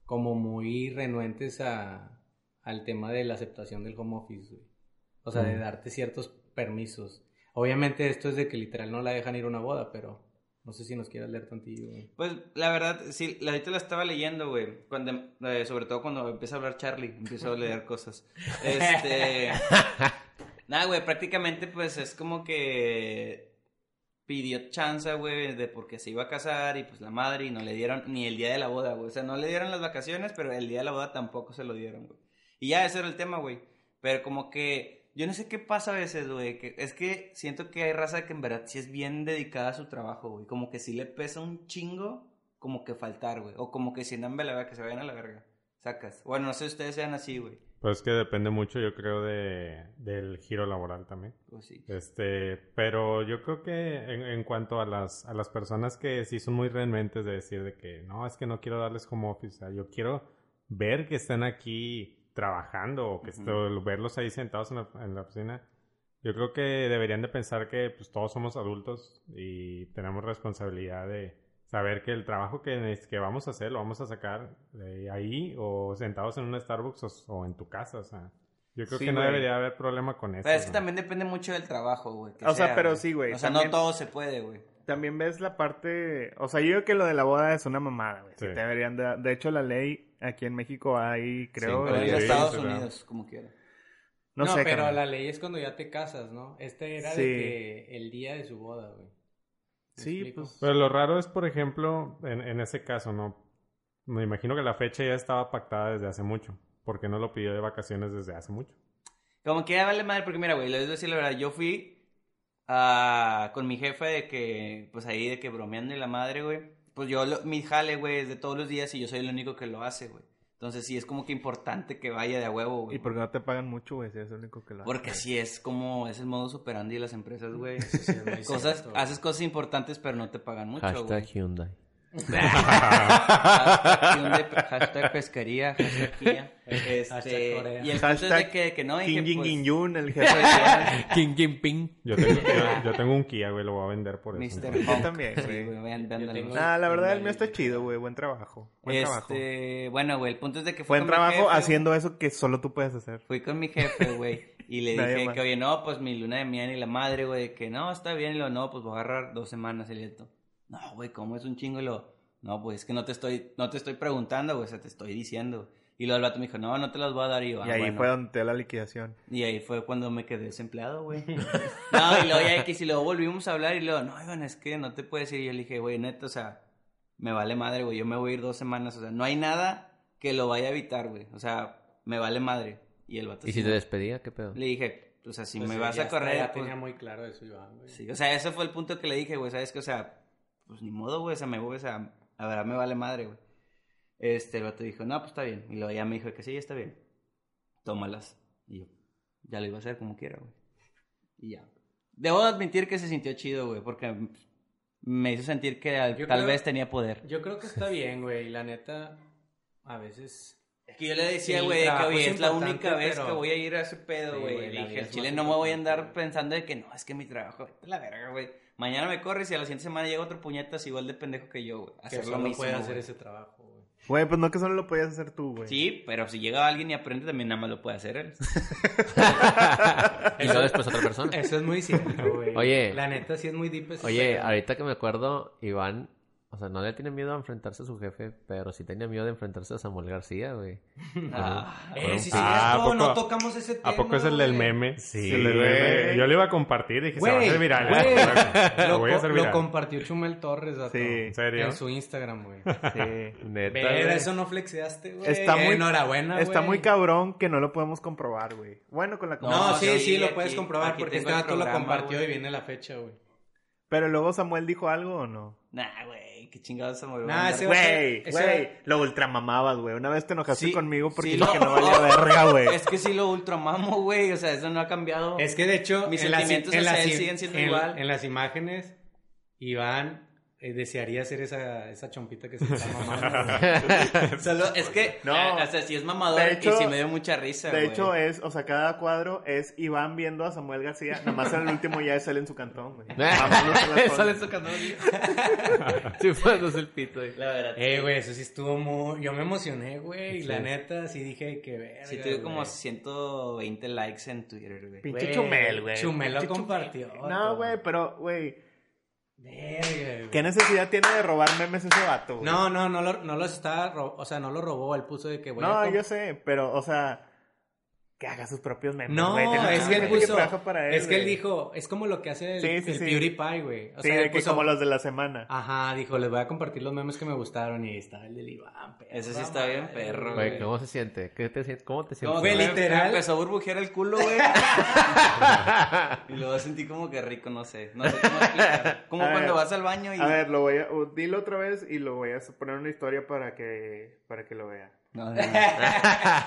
Como muy renuentes a, al tema de la aceptación del home office, güey. O sea, de
Mm.
darte ciertos permisos. Obviamente esto es de que literal no la dejan ir a una boda, pero... No sé si nos quieras leer tantillo, güey.
Pues la verdad, sí, la ahorita la estaba leyendo, güey. Cuando, eh, sobre todo cuando empieza a hablar Charlie, empiezo a leer cosas. Este. Nada, güey, prácticamente pues es como que pidió chance, güey, de porque se iba a casar y pues la madre y no le dieron ni el día de la boda, güey. O sea, no le dieron las vacaciones, pero el día de la boda tampoco se lo dieron, güey. Y ya ese era el tema, güey. Pero como que yo no sé qué pasa a veces, güey. que- es que siento que hay raza que en verdad sí es bien dedicada a su trabajo, güey. Como que sí le pesa un chingo como que faltar, güey. O como que si andan a la verga, que se vayan a la verga. Sacas. Bueno, no sé si ustedes sean así, güey.
Pues que depende mucho, yo creo, de, del giro laboral también.
Pues sí.
Este, pero yo creo que en, en cuanto a las, a las personas que sí son muy realmente de decir de que no, es que no quiero darles home office, o sea, yo quiero ver que están aquí trabajando o que
Ujú.
esto- verlos ahí sentados en la, en la oficina. Yo creo que deberían de pensar que pues todos somos adultos y tenemos responsabilidad de saber que el trabajo que, es- que vamos a hacer lo vamos a sacar de ahí o sentados en una Starbucks o, o en tu casa, o sea. Yo creo
Sí,
que no
güey.
debería haber problema con eso.
Pero es que
¿no?
también depende mucho del trabajo, güey. que
O sea, pero sí, güey,
O sea,
también-
no todo se puede, güey.
También ves la parte, o sea, yo creo que lo de la boda es una mamada, güey.
Sí.
Sí, te deberían de, de hecho la ley aquí en México hay,
Cinco
creo,
Pero
eh,
es
días.
a
sí,
Estados
sí, claro.
Unidos, como quiera.
no,
No,
sé,
pero
carnal.
la ley es cuando ya te casas, ¿no? Este era
Sí.
de que el día de su boda, güey. ¿Me
Sí,
explico?
pues,
Pero lo raro es, por ejemplo, en, en ese caso, ¿no? Me imagino que la fecha ya estaba pactada desde hace mucho. Porque no lo pidió de vacaciones desde hace mucho.
Como quiera, vale madre, porque mira, güey, les voy a decir la verdad. Yo fui ah, con mi jefe de que, pues ahí de que bromeando y la madre, güey. Pues yo, lo- mi jale, güey, es de todos los días y yo soy el único que lo hace, güey. Entonces sí, es como que importante que vaya de a huevo, güey.
Y porque no te pagan mucho, güey, si es el único que lo hace.
Porque así es como es el modus operandi de las empresas, güey.
Sí, es muy
Cosas,
cierto, güey.
haces cosas importantes pero no te pagan mucho,
Hashtag
güey.
Hyundai.
Hashtag Hyundai, hashtag pesquería, hashtag Kia. Este,
Hashtag Corea.
y el punto es
Hashtag
de que, que no, dije,
Kim Jin
pues,
Jin Yun, el jefe de
King King Ping.
Yo tengo, yo, yo tengo un Kia, güey, lo voy a vender
Pues,
por eso.
Mr.
entonces.
Punk.
también,
Sí,
güey.
güey, vean, vean,
Yo
vean.
tengo-
Nah, la verdad el
Hyundai.
mío está chido, güey, buen trabajo. Buen trabajo.
Este, bueno, güey, el punto es de que fui
Buen
con mi
trabajo
jefe,
haciendo eso que solo tú puedes hacer.
Fui con mi jefe, güey, y le
Nadie
dije
más.
que, oye, no, pues mi luna de miel y la madre, güey, que no, está bien, y lo no, pues voy a agarrar dos semanas el esto. No, güey, ¿cómo es un chingo? Y lo, no, pues es que no te estoy, no te estoy preguntando, güey, o sea, te estoy diciendo. Y luego el vato me dijo, no, no te las voy a dar, y yo,
y
"Ah,
ahí
bueno".
fue donde te dio la liquidación.
Y ahí fue cuando me quedé desempleado, güey. No, y luego ya que si luego volvimos a hablar y luego, no, Iván, es que no te puedes ir. Y yo le dije, güey, neta, o sea, me vale madre, güey. Yo me voy a ir dos semanas, o sea, no hay nada que lo vaya a evitar, güey. O sea, me vale madre. Y el vato
¿Y
sí
si te
me-
despedía? ¿Qué pedo?
le dije, o sea, si
Pues
me
sí,
vas
ya
a
está,
correr,
Ya
pues,
tenía muy claro eso, Iván, güey.
sí. O sea, ese fue el punto que le dije, güey, ¿sabes qué? O sea, pues ni modo, güey, o sea, me voy, o sea, la verdad me vale madre, güey. Este, el vato dijo, no, pues está bien. Y luego ya me dijo que sí, está bien. Tómalas. Y yo, ya lo iba a hacer como quiera, güey. Y ya. Debo admitir que se sintió chido, güey, porque pues, me hizo sentir que al-
Yo
tal
creo-
vez tenía poder.
Yo creo que está bien, güey. La neta, a veces.
Es que yo le decía,
Sí,
güey, que
trabajo
oye,
es
es la
importante,
única vez
pero-
que voy a ir a ese pedo,
Sí,
güey.
güey, la
Le dije,
vida
al
es
chile
más
no me voy a
importante,
andar
güey.
pensando de que no, es que mi trabajo, vete a la verga, güey. Mañana me corres y a la siguiente semana llega otro puñetas igual de pendejo que yo, güey. a
Que
Hacer lo
solo
mismo.
puede hacer
güey.
ese trabajo, güey.
Güey, pues no que solo lo podías hacer tú, güey.
Sí, pero si llega alguien y aprende, también nada más lo puede hacer él.
Y luego después otra persona.
Eso es muy cierto, güey.
Oye.
La neta, sí es muy deep. ese
Oye,
pedo.
ahorita que me acuerdo, Iván, o sea, no le tiene miedo a enfrentarse a su jefe, pero sí tenía miedo de enfrentarse a Samuel García, güey.
Ah,
Por
Eh,
un
sí,
pa-
Ah, ¿a
cierto, no
poco-
tocamos ese tema.
¿A poco es el del
güey.
meme?
Sí,
El del meme.
güey.
Yo lo iba a compartir y dije, se va a
Güey,
hacer viral.
güey.
güey.
Lo,
Lo voy a
co-
hacer
lo
viral.
compartió Chumel Torres, vato,
Sí.
¿En serio?
En su Instagram, güey.
Sí.
Neta,
Pero
güey.
eso no flexeaste, güey. Eh,
Está muy-
Enhorabuena,
Está
güey.
muy cabrón que no lo podemos comprobar, güey. Bueno, con la
No,
No,
sí,
sí,
sí, lo
aquí-
puedes comprobar
aquí
porque
tengo
este
el
dato lo
programa,
compartió
güey.
y viene la fecha, güey.
Pero luego Samuel dijo algo o no?
Nah, güey, qué chingados se volvió.
Nah,
a andar-
ese-
Güey,
ese-
güey, lo ultramamabas, güey. Una vez te enojaste
Sí,
conmigo porque
sí,
dije que
no.
no valía verga, güey.
Es que sí lo ultramamo, güey. O sea, eso no ha cambiado.
Es que de hecho,
Mis
en las-
sentimientos
en
hacia
las-
él siguen siendo
en-
igual.
En las imágenes, Iván eh, desearía ser esa, esa chompita que se está mamando. güey.
Solo-
pues,
es que,
No.
no. o sea, sí es mamador
De hecho-
y sí me dio mucha risa,
De
güey.
hecho,
eh,
es, o sea, cada cuadro es Iván viendo a Samuel García. Nomás en el último ya sale en su cantón, güey. Mamándose las
Sale
cosas.
su canal. Sí, fumándose el pito, güey.
la verdad.
eh, güey, eso sí estuvo muy... Yo me emocioné, güey. Y la
Sí.
neta, sí dije que verga,
Sí, tuve como
güey.
120 likes en Twitter, güey.
Pinche
Güey,
Chumel, güey.
Chumel lo
Pinche
compartió,
No,
todo.
güey, pero, güey,
Verga, güey.
¿qué necesidad tiene de robar memes ese vato, güey?
No, no, no lo, no los estaba... ro- O sea, no lo robó. Él puso de que, güey,
No,
yo-
yo sé, pero, o sea, que haga sus propios memes.
No,
güey. Tiene
es
mucha
que él
gente
puso-
trabaja para
Es que él
güey.
dijo, es como lo que hace el,
Sí, sí,
el
sí.
PewDiePie, güey. O
Sí,
sea,
de
él
que
puso-
como los de la semana.
Ajá, dijo, les voy a compartir los memes que me gustaron y está el del Iván. perro,
Ese sí
la
está bien
madre,
perro,
Güey, ¿cómo se siente? ¿Qué te sientes? ¿Cómo te sientes?
Como que
Güey,
me-
literal.
me empezó a burbujear el culo, güey. y luego sentí como que rico, no sé. No sé cómo explicar. Como
A
cuando
ver.
vas al baño y.
A ver, lo voy a. o Dilo otra vez y lo voy a poner una historia para que, para que lo vea.
No, no,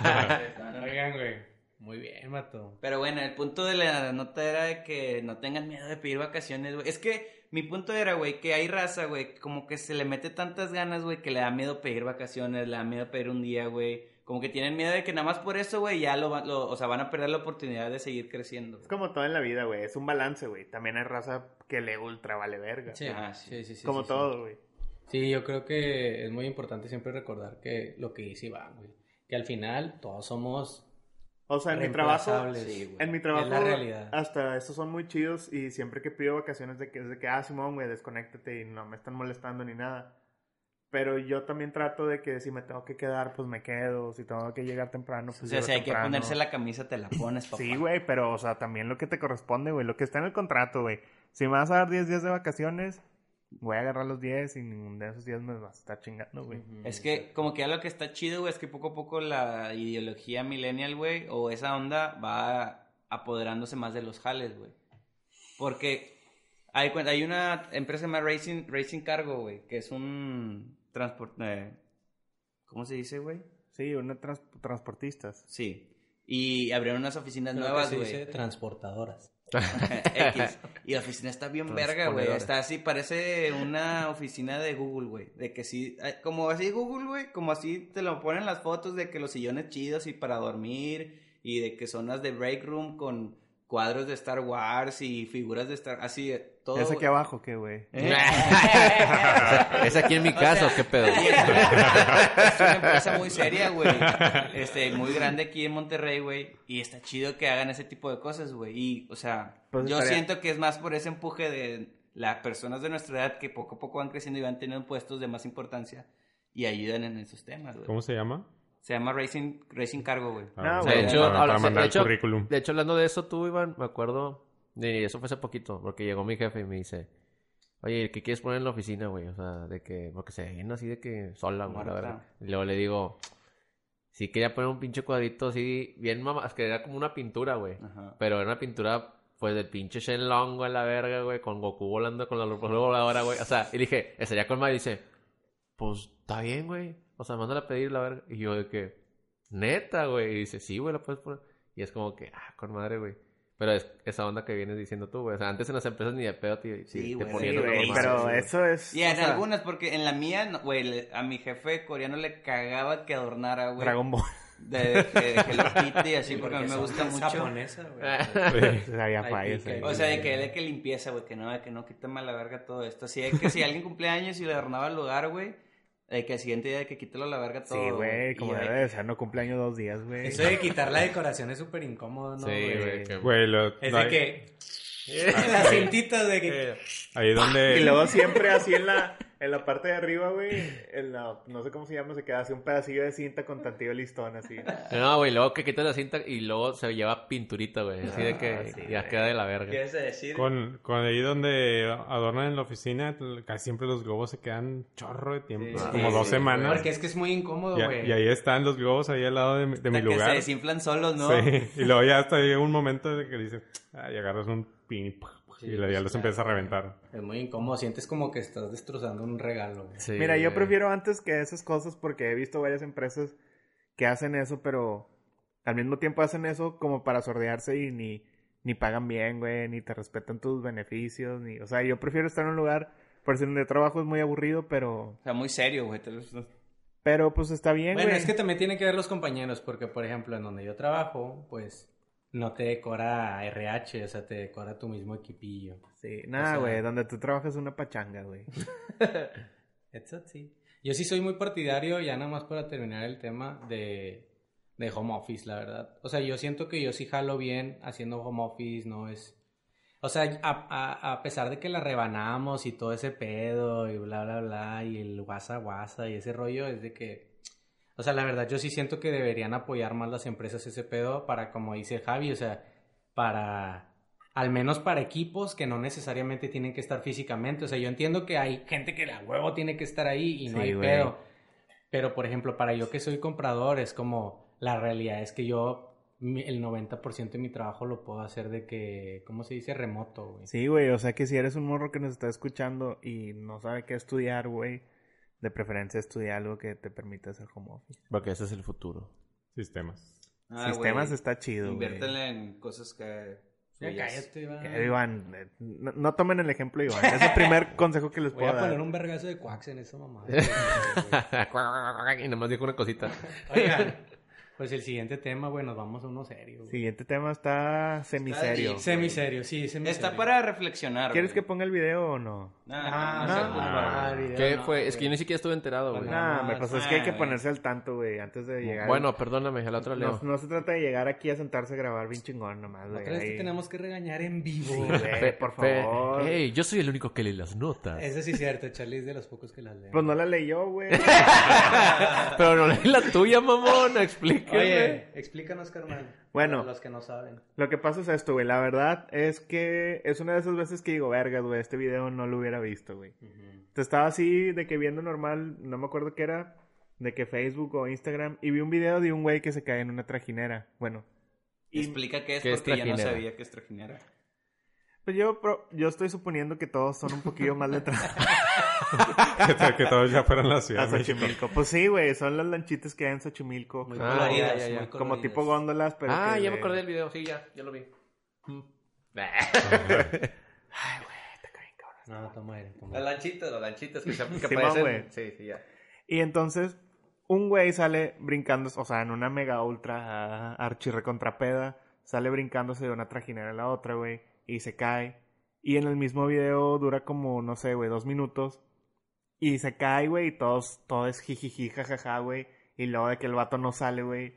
no.
Oigan, güey. Muy bien, mato.
Pero bueno, el punto de la nota era de que no tengan miedo de pedir vacaciones, güey. Es que mi punto era, güey, que hay raza, güey, como que se le mete tantas ganas, güey, que le da miedo pedir vacaciones, le da miedo pedir un día, güey. Como que tienen miedo de que nada más por eso, güey, ya lo, va- lo- o sea, van a perder la oportunidad de seguir creciendo.
Es como todo en la vida, güey. Es un balance, güey. También hay raza que le ultra vale verga.
Sí,
Ajá,
sí, sí, sí,
como
sí, sí.
todo, güey.
Sí, yo creo que es muy importante siempre recordar que lo que dice Iván, güey. Que al final todos somos
O sea, en mi trabajo.
reemplazables.
sí, güey.
En mi trabajo, ah,
Es la realidad.
hasta estos son muy chidos y siempre que pido vacaciones de que, es de que, ah, Simón, güey, desconéctate y no me están molestando ni nada. Pero yo también trato de que si me tengo que quedar, pues me quedo. Si tengo que llegar temprano, pues
o sea,
llego
si hay
temprano.
que ponerse la camisa, te la pones, papá.
Sí, güey, pero, o sea, también lo que te corresponde, güey, lo que está en el contrato, güey. Si me vas a dar 10 días de vacaciones, voy a agarrar los 10 y ningún de esos días me vas a estar chingando, güey.
Es que como que ya lo que está chido, güey, es que poco a poco la ideología millennial, güey, o esa onda va apoderándose más de los jales, güey. Porque hay, cuen- hay una empresa llamada Racing, Racing Cargo, güey, que es un transporte... ¿Cómo se dice, güey?
Sí, una trans- transportistas.
Sí. Y abrieron unas oficinas
Creo que
nuevas,
se
güey.
dice transportadoras.
X. Y la oficina está bien verga, güey.
Transponedora.
Está así, parece una oficina de Google, güey. De que sí, eh, como así Google, güey, como así te lo ponen las fotos de que los sillones chidos y para dormir y de que zonas de break room con cuadros de Star Wars y figuras de Star, así eh, todo.
¿Ese aquí
güey.
abajo qué, güey?
¿Eh?
Es aquí en mi casa, ¿o ¿qué pedo?
Y es, una- es una empresa muy seria, güey. Este, muy grande aquí en Monterrey, güey. Y está chido que hagan ese tipo de cosas, güey. Y, o sea,
Pues
yo
estaría-
siento que es más por ese empuje de las personas de nuestra edad que poco a poco van creciendo y van teniendo puestos de más importancia y ayudan en esos temas, güey.
¿Cómo se llama?
Se llama Racing, Racing Cargo, güey.
Ah,
No,
bueno,
de hecho,
para- para
ahora se- de
mandar el
hecho-
currículum.
De hecho, hablando de eso, tú, Iván, me acuerdo. de- eso fue hace poquito, porque llegó mi jefe y me dice: Oye, ¿qué quieres poner en la oficina, güey? O sea, de que. Porque se llena así de que sola, güey, la
Muerta.
verdad. Y luego le digo: Sí, quería poner un pinche cuadrito así, bien mamá. Es que era como una pintura, güey.
Ajá.
Pero era una pintura, pues, del pinche Shenlong, güey, la verga, güey, con Goku volando con la lupa voladora, güey. O sea, y dije, estaría con madre. Y dice, pues, está bien, güey. O sea, mándala a pedir la verga. Y yo de que, neta, güey. Y dice, sí, güey, la puedes poner. Y es como que, ah, con madre, güey. Pero es esa onda que vienes diciendo tú, güey. O sea, antes en las empresas ni de pedo te,
Sí,
te
güey.
ponían
Poniendo
Sí,
otro
güey,
los
nombre,
pero
güey.
eso es...
Y
o
en
sea,
algunas, porque en la mía, no- güey, le- a mi jefe coreano le cagaba que adornara, güey.
Dragon Ball.
De, de, de Hello Kitty, así, porque a mí me
son
gusta mucho.
japonesa, güey.
Sí.
Había
Ay,
fallas
pique.
ahí.
O sea, de que de que limpieza, güey, que no, de que no, quítame a la verga todo esto. Así de que si alguien cumplía años y le adornaba el lugar, güey, de que al siguiente día de que quítalo a la verga todo.
Sí, güey,
Y
como
yo de
debe
que-
de ser, no cumpleaños dos días, güey.
Eso de quitar la decoración es súper incómodo, ¿no?
Sí, güey.
güey?
que-
Güey, lo-
Es
no
de
hay- Ah, Eh.
que. Las cintitas de que.
Ahí donde...
Y luego siempre así en la, en la parte de arriba, güey, en la, no sé cómo se llama, se queda así un pedacillo de cinta con tantillo listón, así.
No, güey, luego que quitas la cinta y luego se lleva pinturita, güey. Así de
Ah,
que ya queda de la verga.
¿Qué vas a decir?
Con, con ahí donde adornan en la oficina, casi siempre los globos se quedan chorro de tiempo,
Sí,
como
sí,
dos
sí,
semanas.
Porque es que es muy incómodo,
Y, a-
güey.
y ahí están los globos ahí al lado de, mi- de mi
Hasta Que se
lugar.
desinflan solos, ¿no?
Sí, Y luego ya hasta llega un momento de que dices, ah, y agarras un pin y, ¡pah! y
Sí,
la- ya
pues,
los
claro.
empiezas a reventar.
Es muy incómodo. Sientes como que estás destrozando un regalo, güey.
Sí,
Mira, yo
güey.
prefiero antes que esas cosas porque he visto varias empresas que hacen eso, pero al mismo tiempo hacen eso como para sordearse y ni, ni pagan bien, güey, ni te respetan tus beneficios, ni, o sea, yo prefiero estar en un lugar, por si donde trabajo es muy aburrido, pero,
O sea, muy serio, güey. te lo-
pero pues está bien,
Bueno,
güey.
es que también tiene que ver los compañeros, porque por ejemplo, en donde yo trabajo, pues no te decora RH, o sea, te decora tu mismo equipillo.
Sí, nada,
o sea-
güey, donde tú trabajas es una pachanga, güey.
Exacto, sí. Yo sí soy muy partidario, ya nada más para terminar el tema de, de home office, la verdad. O sea, yo siento que yo sí jalo bien haciendo home office, no es... O sea, a, a- a pesar de que la rebanamos y todo ese pedo y bla, bla, bla, y el guasa guasa y ese rollo, es de que... O sea, la verdad, yo sí siento que deberían apoyar más las empresas ese pedo para, como dice Javi, o sea, para, al menos para equipos que no necesariamente tienen que estar físicamente. O sea, yo entiendo que hay gente que la huevo tiene que estar ahí y no
Sí,
hay
güey.
pedo. Pero, por ejemplo, para yo que soy comprador, es como, la realidad es que yo, mi- el 90% de mi trabajo lo puedo hacer de que, ¿cómo se dice? Remoto, güey.
Sí, güey, o sea que si eres un morro que nos está escuchando y no sabe qué estudiar, güey, de preferencia estudia algo que te permita hacer home office.
Porque ese es el futuro.
Sistemas.
Ah,
Sistemas
güey,
está chido, güey.
Inviértele en cosas que.
Ya
suyas.
cállate, va.
Eh, Iván, eh, no, no tomen el ejemplo, Iván. Es el primer consejo que les
Voy
puedo
a
dar.
poner un vergazo de quacks en eso, mamá.
y nomás dijo una cosita.
Oigan, pues el siguiente tema, güey, nos vamos a uno serio. güey.
Siguiente tema está semiserio.
deep.
Semiserio, sí, semiserio.
Está para reflexionar.
¿Quieres que
güey.
ponga el video o no?
Nah, no,
Ah,
no, no,
ah,
no, no.
video,
¿Qué
no,
fue? Es
eh,
güey.
que yo ni siquiera estuve enterado, güey.
Hola.
Nah,
más.
me pues es que hay que
Ah,
ponerse al tanto, güey, antes de llegar.
Bueno, perdóname, a la otra leo.
no, no se trata de llegar aquí a sentarse a grabar bien chingón nomás, güey.
Otra vez te
Ahí-
tenemos que regañar en vivo.
Sí, güey.
Pe-
eh, por
pe-
favor.
Ey, yo soy el único que lee las notas.
Eso sí es cierto, Charlie es de los pocos que las lee.
Pues no la leyó, güey.
Pero no leí la tuya, mamón. Explíqueme.
Oye, explícanos, carnal.
Bueno.
Para Los que no saben.
Lo que pasa es esto, güey. La verdad es que es una de esas veces que digo, vergas, güey, este video no lo hubiera visto, güey. Te estaba así de que viendo normal, no me acuerdo qué era, de que Facebook o Instagram, y vi un video de un güey que se cae en una trajinera. Bueno,
Explica qué es
¿Qué es
porque yo no
trajinera?
sabía que es trajinera.
pues yo, pro- yo estoy suponiendo que todos son un poquillo más letrados.
que, que todos ya fueron a la ciudad.
a
de México.
Xochimilco. Pues sí, güey, son las lanchitas que hay en Xochimilco.
Muy
Ah,
coloridas,
ya, ya, ya.
muy
como
coloridas.
tipo góndolas, pero.
ah,
que
ya
de-
me acordé del video. Sí, ya, ya lo vi.
No, toma él, toma
Las
él.
lanchitas, las lanchitas que, se, que
Simón,
aparecen.
güey.
Sí, sí, ya.
Y entonces, un güey sale brincando, o sea, en una mega ultra ah, archirrecontrapeda, sale brincándose de una trajinera a la otra, güey, y se cae. Y en el mismo video dura como, no sé, güey, dos minutos. Y se cae, güey, y todos, todo es jijiji, jajaja, güey. Y luego de que el vato no sale, güey.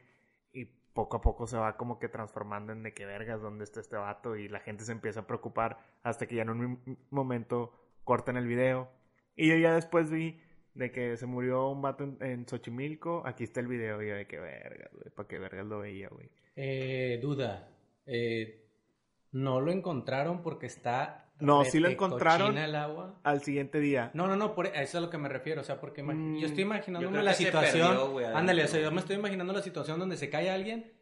Y poco a poco se va como que transformando en de qué vergas, dónde está este vato. Y la gente se empieza a preocupar hasta que ya en un mi- momento cortan el video. Y yo ya después vi de que se murió un vato en, en Xochimilco. Aquí está el video. Y yo de qué vergas, güey. Para qué vergas lo veía, güey.
Eh, duda. Eh, no lo encontraron porque está.
No, sí lo
rete
encontraron.
cochina el agua.
Al siguiente día.
No, no, no, por- e, a eso es a lo que me refiero. O sea, porque imag-
Mm,
yo estoy
yo
imaginándome
creo
la
que se
situación.
perdió, güey, adentro.
ándale, o sea, yo me estoy imaginando la situación donde se cae alguien.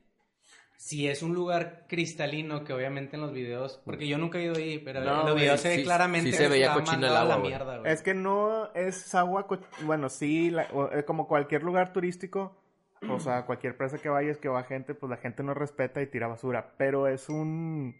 Si es un lugar cristalino, que obviamente en los videos. Porque yo nunca he ido ahí, pero
No,
en los
güey,
videos se ve
sí-
claramente
sí se
que
veía
está
cochina el
mandado a
agua,
la
güey.
mierda, güey.
Es que no es agua, co- bueno, sí, la- o- eh, como cualquier lugar turístico, o sea, cualquier presa que vayas que va gente, pues la gente no respeta y tira basura, pero es un,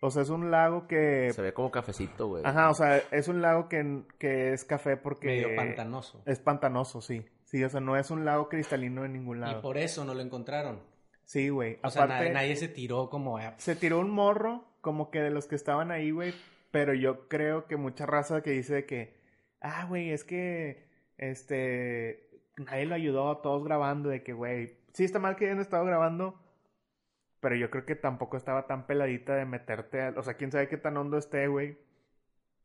o sea, es un lago que,
Se ve como cafecito, güey.
ajá, o sea, es un lago que, que es café
medio
porque
pantanoso.
es pantanoso, sí, sí, o sea, no es un lago cristalino en ningún
Y
lado,
por eso no lo encontraron.
sí, güey,
O sea,
aparte,
nadie, nadie se tiró como. eh,
se tiró un morro, como que de los que estaban ahí, güey. Pero yo creo que mucha raza que dice de que, ah, güey, es que, este, nadie lo ayudó, todos grabando, de que, güey, sí está mal que hayan estado grabando, pero yo creo que tampoco estaba tan peladita de meterte, al- o sea, quién sabe qué tan hondo esté, güey.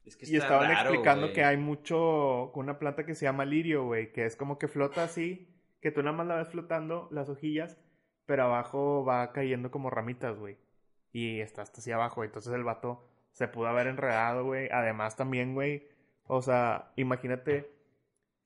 Es que
Y
está
estaban
raro,
explicando
güey.
que hay mucho, una planta que se llama lirio, güey, que es como que flota así, que tú nada más la ves flotando, las hojillas, pero abajo va cayendo como ramitas, güey. Y está hasta hacia abajo, entonces el vato se pudo haber enredado, güey. Además también, güey, o sea, imagínate,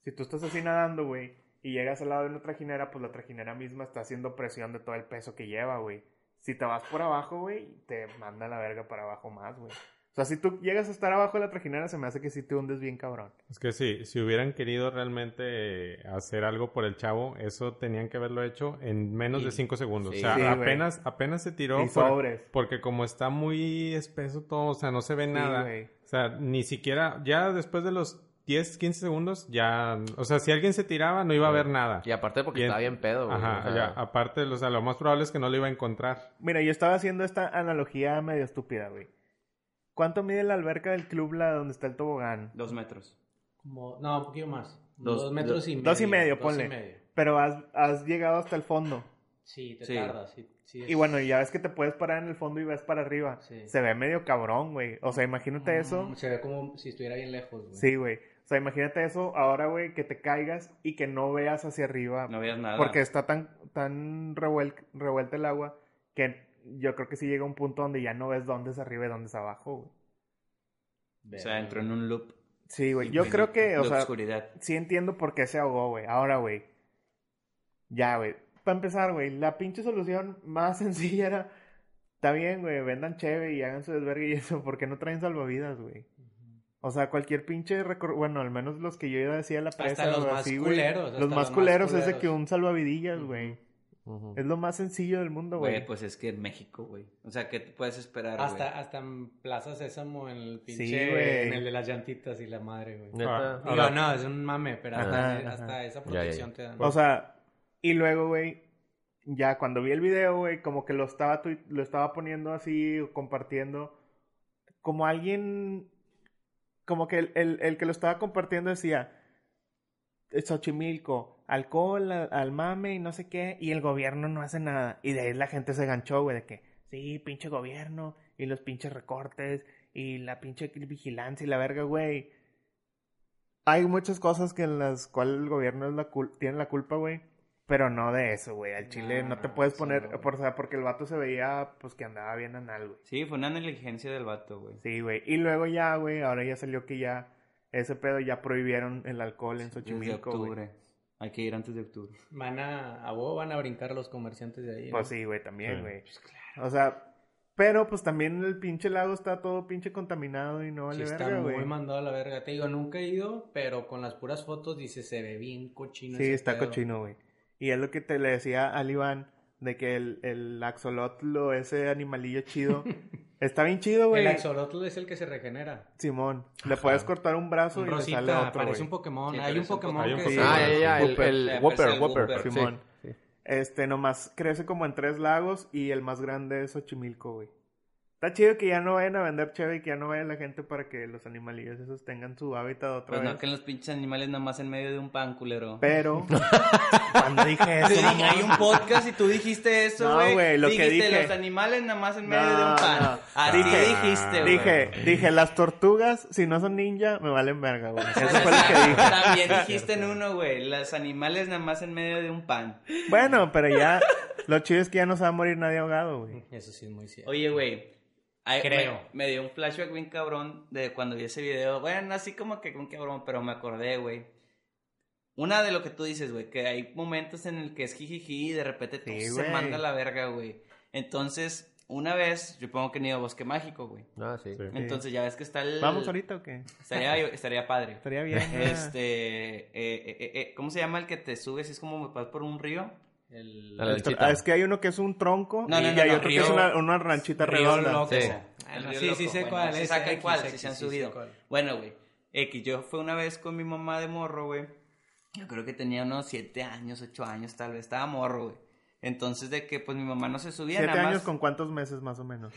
si tú estás así nadando, güey, y llegas al lado de una trajinera, pues la trajinera misma está haciendo presión de todo el peso que lleva, güey. Si te vas por abajo, güey, te manda la verga para abajo más, güey. O sea, si tú llegas a estar abajo de la trajinera, se me hace que sí te hundes bien cabrón.
Es que sí, si hubieran querido realmente hacer algo por el chavo, eso tenían que haberlo hecho en menos de
Sí.
5 segundos.
Sí.
o sea,
Sí, güey.
apenas, apenas se tiró.
y
por-
sobres.
porque como está muy espeso todo, o sea, no se ve
Sí,
nada.
güey.
O sea, ni siquiera, ya después de los 10, 15 segundos, ya, o sea, si alguien se tiraba, no iba a ver nada.
Y aparte porque
Y en-
estaba bien pedo, güey.
Ajá,
o sea,
ya, aparte, o sea, lo más probable es que no lo iba a encontrar.
Mira, yo estaba haciendo esta analogía medio estúpida, güey. ¿Cuánto mide la alberca del club la donde está el tobogán?
Dos metros.
como- no, un poquito más. Dos,
Dos-
metros
dos-
y medio.
dos y medio, ponle.
y medio.
Pero has, has llegado hasta el fondo.
Sí, te
Sí.
tardas. sí- sí es-
Y bueno, ya ves que te puedes parar en el fondo y vas para arriba.
Sí.
Se ve medio cabrón, güey. O sea, imagínate eso.
Mm, Se ve como si estuviera bien lejos, güey.
Sí, güey. O O sea, imagínate eso ahora, güey, que te caigas y que no veas hacia arriba.
No veas nada.
porque está tan, tan revuel- revuelta el agua que yo creo que sí llega un punto donde ya no ves dónde es arriba y dónde es abajo, güey.
O sea, entró en un loop.
Sí, güey. Yo
infinito
creo que, o
de
sea,
obscuridad.
sí entiendo por qué se ahogó, güey. Ahora, güey. Ya, güey. Para empezar, güey, la pinche solución más sencilla era... Está bien, güey, vendan cheve y hagan su desvergue y eso. ¿Por qué no traen salvavidas, güey? O sea, cualquier pinche recor- Bueno, al menos los que yo ya decía en la presa.
los
o
más
así, güey.
culeros, hasta
Los
los
más
más
culeros es de
culeros.
que un salvavidillas, güey.
Ujú. Ah,
Es lo más sencillo del mundo,
Güey,
güey.
pues es que en México, güey. O sea, ¿qué te puedes esperar, güey?
Hasta, hasta en Plaza Sésamo, en el pinche,
Sí, güey.
en el de las llantitas y la madre, güey.
Neta.
Ah,
Digo, no, es un mame, pero hasta,
Ajá,
hasta
ajá.
esa
ya.
protección te dan.
O sea, y luego, güey, ya cuando vi el video, güey, como que lo estaba, tui- lo estaba poniendo así, o compartiendo, como alguien, como que el, el- el que lo estaba compartiendo decía, eh, Xochimilco, alcohol, a- al mame y no sé qué, y el gobierno no hace nada. Y de ahí la gente se ganchó, güey, de que, sí, pinche gobierno, y los pinches recortes, y la pinche vigilancia y la verga, güey. Hay muchas cosas que en las cuales el gobierno es la cul- tiene la culpa, güey. Pero no de eso, güey. Al chile no,
No,
te
no,
puedes
eso
poner...
no, güey.
por, o sea, porque el vato se veía, pues, que andaba bien anal, güey.
Sí, fue una negligencia del vato, güey.
Sí, güey. Y luego ya, güey, ahora ya salió que ya... Ese pedo ya prohibieron el alcohol en
Desde
Xochimilco, güey.
octubre. Hay que ir antes de octubre.
Van a, a vos van a brincar los comerciantes de ahí. ¿no?
Pues sí, güey, también,
Sí.
güey. O sea, pero pues también el pinche lago está todo pinche contaminado y no
Sí,
vale
está
verga,
muy
güey.
mandado a la verga. Te digo, nunca he ido, pero con las puras fotos dice se ve bien cochino.
Sí,
ese
está
pedo.
cochino, güey. Y es lo que te le decía al Iván de que el, el axolotlo, ese animalillo chido, está bien chido, güey.
El axolotl es el que se regenera.
Simón, le puedes cortar un brazo
Un
y le sale
Rosita,
otro,
parece
güey.
un Pokémon.
Sí,
hay un
parece un
Pokémon
Pokémon.
que
Hay un
sí.
Pokémon.
Ah, ya, ya, el,
Whopper.
el
Eh,
Whopper,
parece el
Whopper,
Whopper.
sí,
Simón.
sí.
Este, nomás crece como en tres lagos y el más grande es Xochimilco, güey. Está chido que ya no vayan a vender cheve y que ya no vaya la gente para que los animalillos esos tengan su hábitat otra
Pues
vez.
no, que los pinches animales nomás en medio de un pan, culero.
Pero cuando dije
Te
eso,
dije,
mamón,
hay un podcast y tú dijiste eso,
No,
güey.
güey, lo que
dijiste,
dije-
los animales nada más en medio
No,
de un pan.
no.
Así
Dije-
dijiste, güey.
dije, dije, las tortugas, si no son ninja, me valen verga, güey. Eso fue lo que dije.
También dijiste en uno, güey. Los animales nada más en medio de un pan.
Bueno, pero ya, lo chido es que ya no se va a morir nadie ahogado, güey.
Eso sí es muy cierto.
Oye, güey. ay,
Creo.
Me, me dio un flashback bien cabrón de cuando vi ese video. Bueno, así como que con cabrón, pero me acordé, güey. Una de lo que tú dices, güey, que hay momentos en el que es jijiji y de repente todo
Sí,
se
güey.
manda a la verga, güey. Entonces, una vez, yo pongo que ni a Bosque Mágico, güey.
Ah, sí.
Sí.
Entonces, ya ves que está el...
¿Vamos ahorita o qué?
Estaría, estaría padre.
Estaría bien. ¿eh?
Este, eh, eh, eh, eh, ¿cómo se llama el que te subes? Es como vas por un río.
El...
La
El tro- ah, es que hay uno que es un tronco
No, no,
y
no,
hay
no,
otro
río-
que es una, una ranchita
Río
redonda.
Loco.
Sí.
El
Ah,
río
sí, sí
loco,
sé
bueno,
cuál
sí
es.
saca
X,
cuál,
X,
sí se han
sí sé
subido.
cuál.
Bueno, güey, X, yo fui una vez con mi mamá de morro, güey. Yo creo que tenía unos siete años, ocho años tal vez, estaba morro, güey. Entonces de que pues mi mamá no se subía
Siete
nada más.
años con cuántos meses más o menos.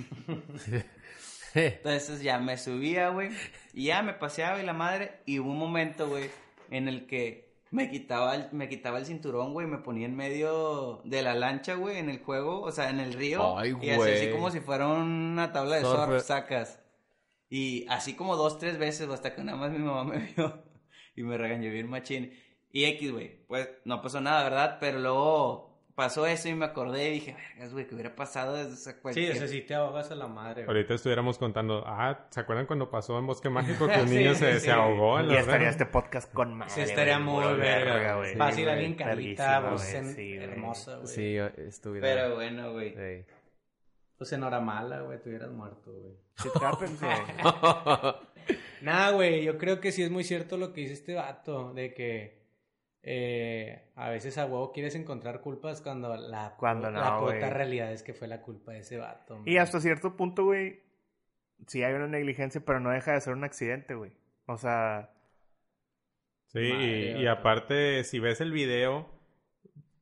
Entonces ya me subía, güey, y ya me paseaba y la madre y hubo un momento, güey, en el que me quitaba el, me quitaba el cinturón, güey, y me ponía en medio de la lancha, güey, en el juego, o sea, en el río
Ay,
y así, así
güey.
como si fuera una tabla de
Surf.
surf sacas. Y así como dos, tres veces, güey, hasta que nada más mi mamá me vio y me regañó bien machín. Y X, güey, pues no pasó nada, ¿verdad? Pero luego pasó eso y me acordé y dije, vergas, güey, que hubiera pasado? O sea,
Sí,
cualquier-
o sea, si te ahogas a la madre. güey.
Ahorita estuviéramos contando, ah, ¿se acuerdan cuando pasó en Bosque Mágico que un
Sí,
niño
sí,
se,
sí.
se ahogó en
Y
la
estaría
red?
este podcast con madre.
Sí, estaría
güey,
muy
pura
verga,
güey.
Fácil,
Sí,
alguien
güey,
Carlita,
verguísima,
vos,
güey,
en-
sí, güey.
hermosa, güey.
Sí, estuviera.
Pero bueno, güey.
Sí.
Pues en hora mala, güey, te hubieras muerto, güey.
Trápense.
Nah, güey, yo creo que sí es muy cierto lo que dice este vato, de que eh, a veces a huevo quieres encontrar culpas cuando la,
Cuando
la
no,
puta
güey.
realidad es que fue la culpa de ese vato.
Y
man.
hasta cierto punto, güey, sí hay una negligencia, pero no deja de ser un accidente, güey. O sea,
Sí, y-
Madre,
y,
vato.
aparte, si ves el video,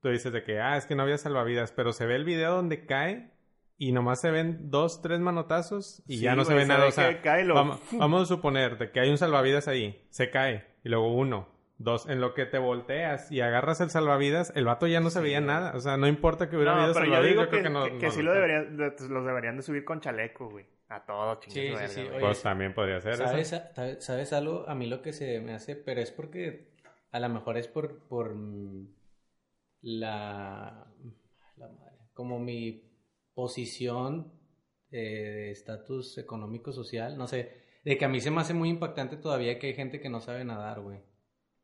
tú dices de que, ah, es que no había salvavidas, pero se ve el video donde cae y nomás se ven dos, tres manotazos y
Sí,
ya no se ve
güey, se
nada.
ve
o sea,
que cae y lo-
vamos, vamos a suponer de que hay un salvavidas ahí, se cae y luego uno. Dos, en lo que te volteas y agarras el salvavidas, el vato ya no se veía nada. O sea, no importa que hubiera
no,
habido
pero yo
salvavidas,
digo
yo creo
que,
que, no.
que- que
no
sí lo deberían, los deberían de subir con chaleco, güey. A todo, chingue
Sí,
su
sí,
verga,
sí,
güey.
oye.
Pues también podría ser
¿Sabes,
eso.
a- ta- ¿Sabes algo? A mí lo que se me hace, pero es porque a lo mejor es por, por mm, la, la madre, como mi posición eh, de estatus económico social, no sé, de que a mí se me hace muy impactante todavía que hay gente que no sabe nadar, güey.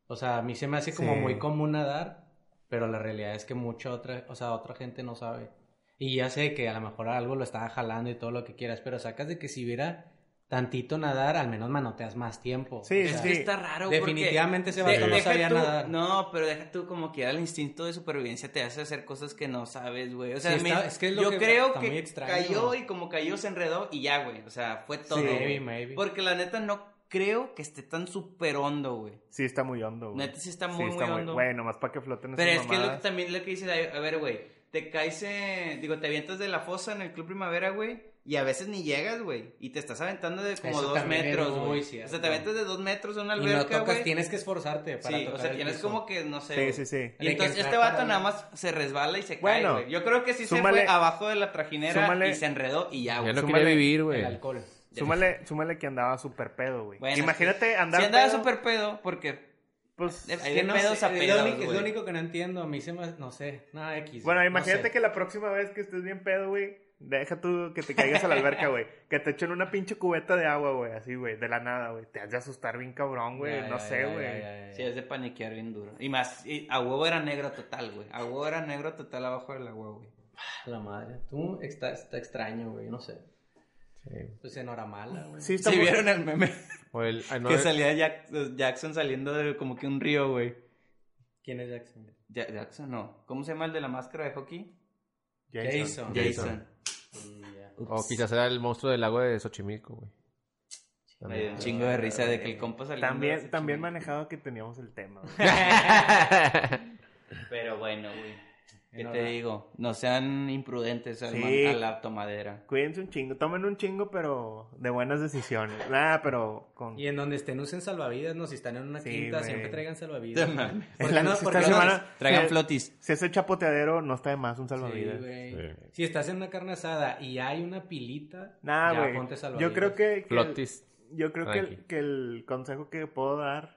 O sea, a mí se me hace como
Sí.
muy común nadar, pero la realidad es que mucha otra, o sea, otra gente no sabe. Y ya sé que a lo mejor algo lo estaba jalando y todo lo que quieras, pero sacas de que si hubiera tantito nadar, al menos manoteas más tiempo.
Sí,
O
Es
sea,
que está raro, porque-
Definitivamente ese
de-
vato no
deja
sabía
tú-
nadar.
No, pero deja tú como que el instinto de supervivencia te hace hacer cosas que no sabes, güey. O sea,
Sí,
me-
está- es que es lo
yo
que-
creo
está muy
que
extraño.
cayó y como cayó se enredó y ya, güey. O sea, fue todo.
Maybe,
güey.
maybe.
Porque la neta no creo que esté tan super hondo, güey.
Sí, está muy hondo, güey.
Neta sí está muy, muy hondo.
Bueno, más para que floten
Pero es
esas
que lo que
mamadas.
también lo que dice, Dayo- a ver, güey, te caes, eh, digo, te avientas de la fosa en el Club Primavera, güey, y a veces ni llegas, güey, y te estás aventando de como
Eso
dos
también es
metros,
muy
güey. O
cierto.
sea, te avientas de dos metros de una
Y no
alberca,
tocas,
güey.
tienes que esforzarte para
sí,
tocar
o sea,
el
tienes
piso.
como que, no sé.
Sí,
güey.
sí, sí.
Y
De que
entonces
entrar
este vato
para-
nada más se resbala y se
Bueno,
cae, güey. Yo creo que sí
súmale-
se fue abajo de la trajinera
súmale-
y se enredó y ya,
Ya
güey.
no
súmale
quería vivir, güey.
El alcohol.
Súmale, súmale que andaba súper pedo, güey.
Bueno,
Imagínate andar
Si andaba
pedo,
súper pedo, porque...
pues,
de-
Es
de
que no
pedos
sé,
a
es,
pedos,
lo único, es lo
güey.
único que no entiendo. A mí se me... No sé. Nada, X. güey.
Bueno,
No
imagínate
sé.
que la próxima vez que estés bien pedo, güey, deja tú que te caigas a la alberca, güey. Que te echen una pinche cubeta de agua, güey, así, güey, de la nada, güey. Te has de asustar bien cabrón, güey.
Ya, ya,
No sé,
ya,
güey.
ya, ya, ya.
Sí, es de paniquear bien duro. Y más, y a huevo era negro total, güey. A huevo era negro total abajo del agua, güey.
La madre. Tú está, está extraño, güey. No sé.
Sí.
Pues enhoramala, güey.
Sí, está
Si
muy-
vieron el meme
O el- ay, no,
que
eh,
salía Jack- Jackson saliendo de como que un río, güey.
¿Quién es Jackson?
Ja- Jackson no. ¿Cómo se llama el de la máscara de hockey?
Jason.
Jason.
Mm, ya.
O quizás era el monstruo del lago de Xochimilco, güey.
Me dio un chingo de risa de que el compa salió.
También, también manejado que teníamos el tema, güey.
Pero bueno, güey. ¿Qué te
Enhorabuena.
digo? No sean imprudentes al
Sí.
man- a la tomadera.
Cuídense un chingo, tomen un chingo, pero de buenas decisiones. Nada, pero con...
Y en donde estén, usen salvavidas, no, si están en una
Sí,
quinta,
güey.
siempre traigan salvavidas.
No
güey.
mames.
¿Por qué
La-
no?
si
Porque
estás
no-
semana-
Traigan
Sí.
flotis.
Si es el chapoteadero, no está de más un salvavidas.
Sí, güey.
Sí.
Si estás en una carne asada y hay una pilita,
Nada,
ya
güey.
ponte salvavidas.
Yo creo que... que-
Flotis.
Yo creo que
Tranqui.
el, que el consejo que puedo dar,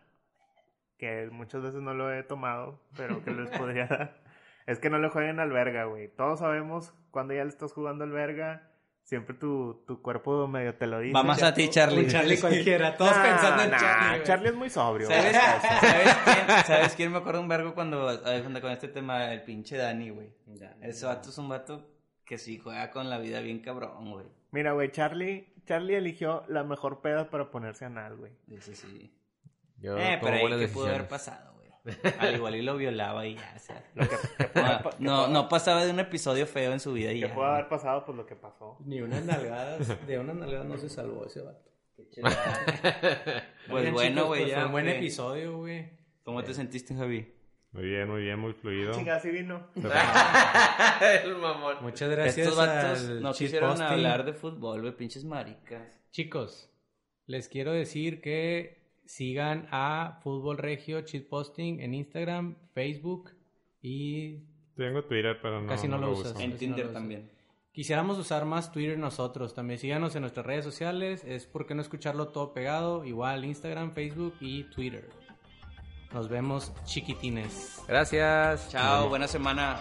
que muchas veces no lo he tomado, pero que les podría dar, es que no le jueguen al verga, güey. Todos sabemos cuando ya le estás jugando al verga, siempre tu, tu cuerpo medio te lo dice.
Va más a ti, Charlie.
Un Charlie cualquiera, todos
Nah,
pensando en
nah,
Charlie. güey.
es muy sobrio. güey.
¿Sabes, ¿sabes quién, ¿Sabes quién me acuerdo un vergo cuando eh, junto con este tema el pinche Dani, güey? Ese vato es un vato que sí juega con la vida bien cabrón, güey.
Mira, güey, Charlie, Charlie eligió la mejor peda para ponerse anal, güey.
Eso sí.
Yo
eh,
tomo
pero ahí
buenas
que pudo haber
decisiones.
pasado, güey. Al igual y lo violaba y ya, o sea.
haber
No,
pa- que
no, no pasaba de un episodio feo en su vida y
Que
ya.
pudo haber pasado por lo que pasó.
Ni unas nalgadas, de unas nalgadas no se salvó ese vato.
Pues
Oigan,
bueno,
chicos,
güey,
pues
ya.
fue un buen
güey.
episodio, güey.
¿Cómo te sentiste, Javi?
Muy bien, muy bien, muy fluido.
Chinga, así vino.
el mamón.
Muchas gracias
Estos vatos
al
no
Cheat
quisieron
Posting.
hablar de fútbol, güey, pinches maricas.
Chicos, les quiero decir que sigan a Fútbol Regio Cheat Posting en Instagram, Facebook y
Tengo Twitter, pero no,
Casi no lo
uso.
usas.
En
Eso no
Tinder
lo
también.
Quisiéramos usar más Twitter nosotros. También síganos en nuestras redes sociales. Es por qué no escucharlo todo pegado. Igual Instagram, Facebook y Twitter. Nos vemos chiquitines.
Gracias.
Chao, buena semana.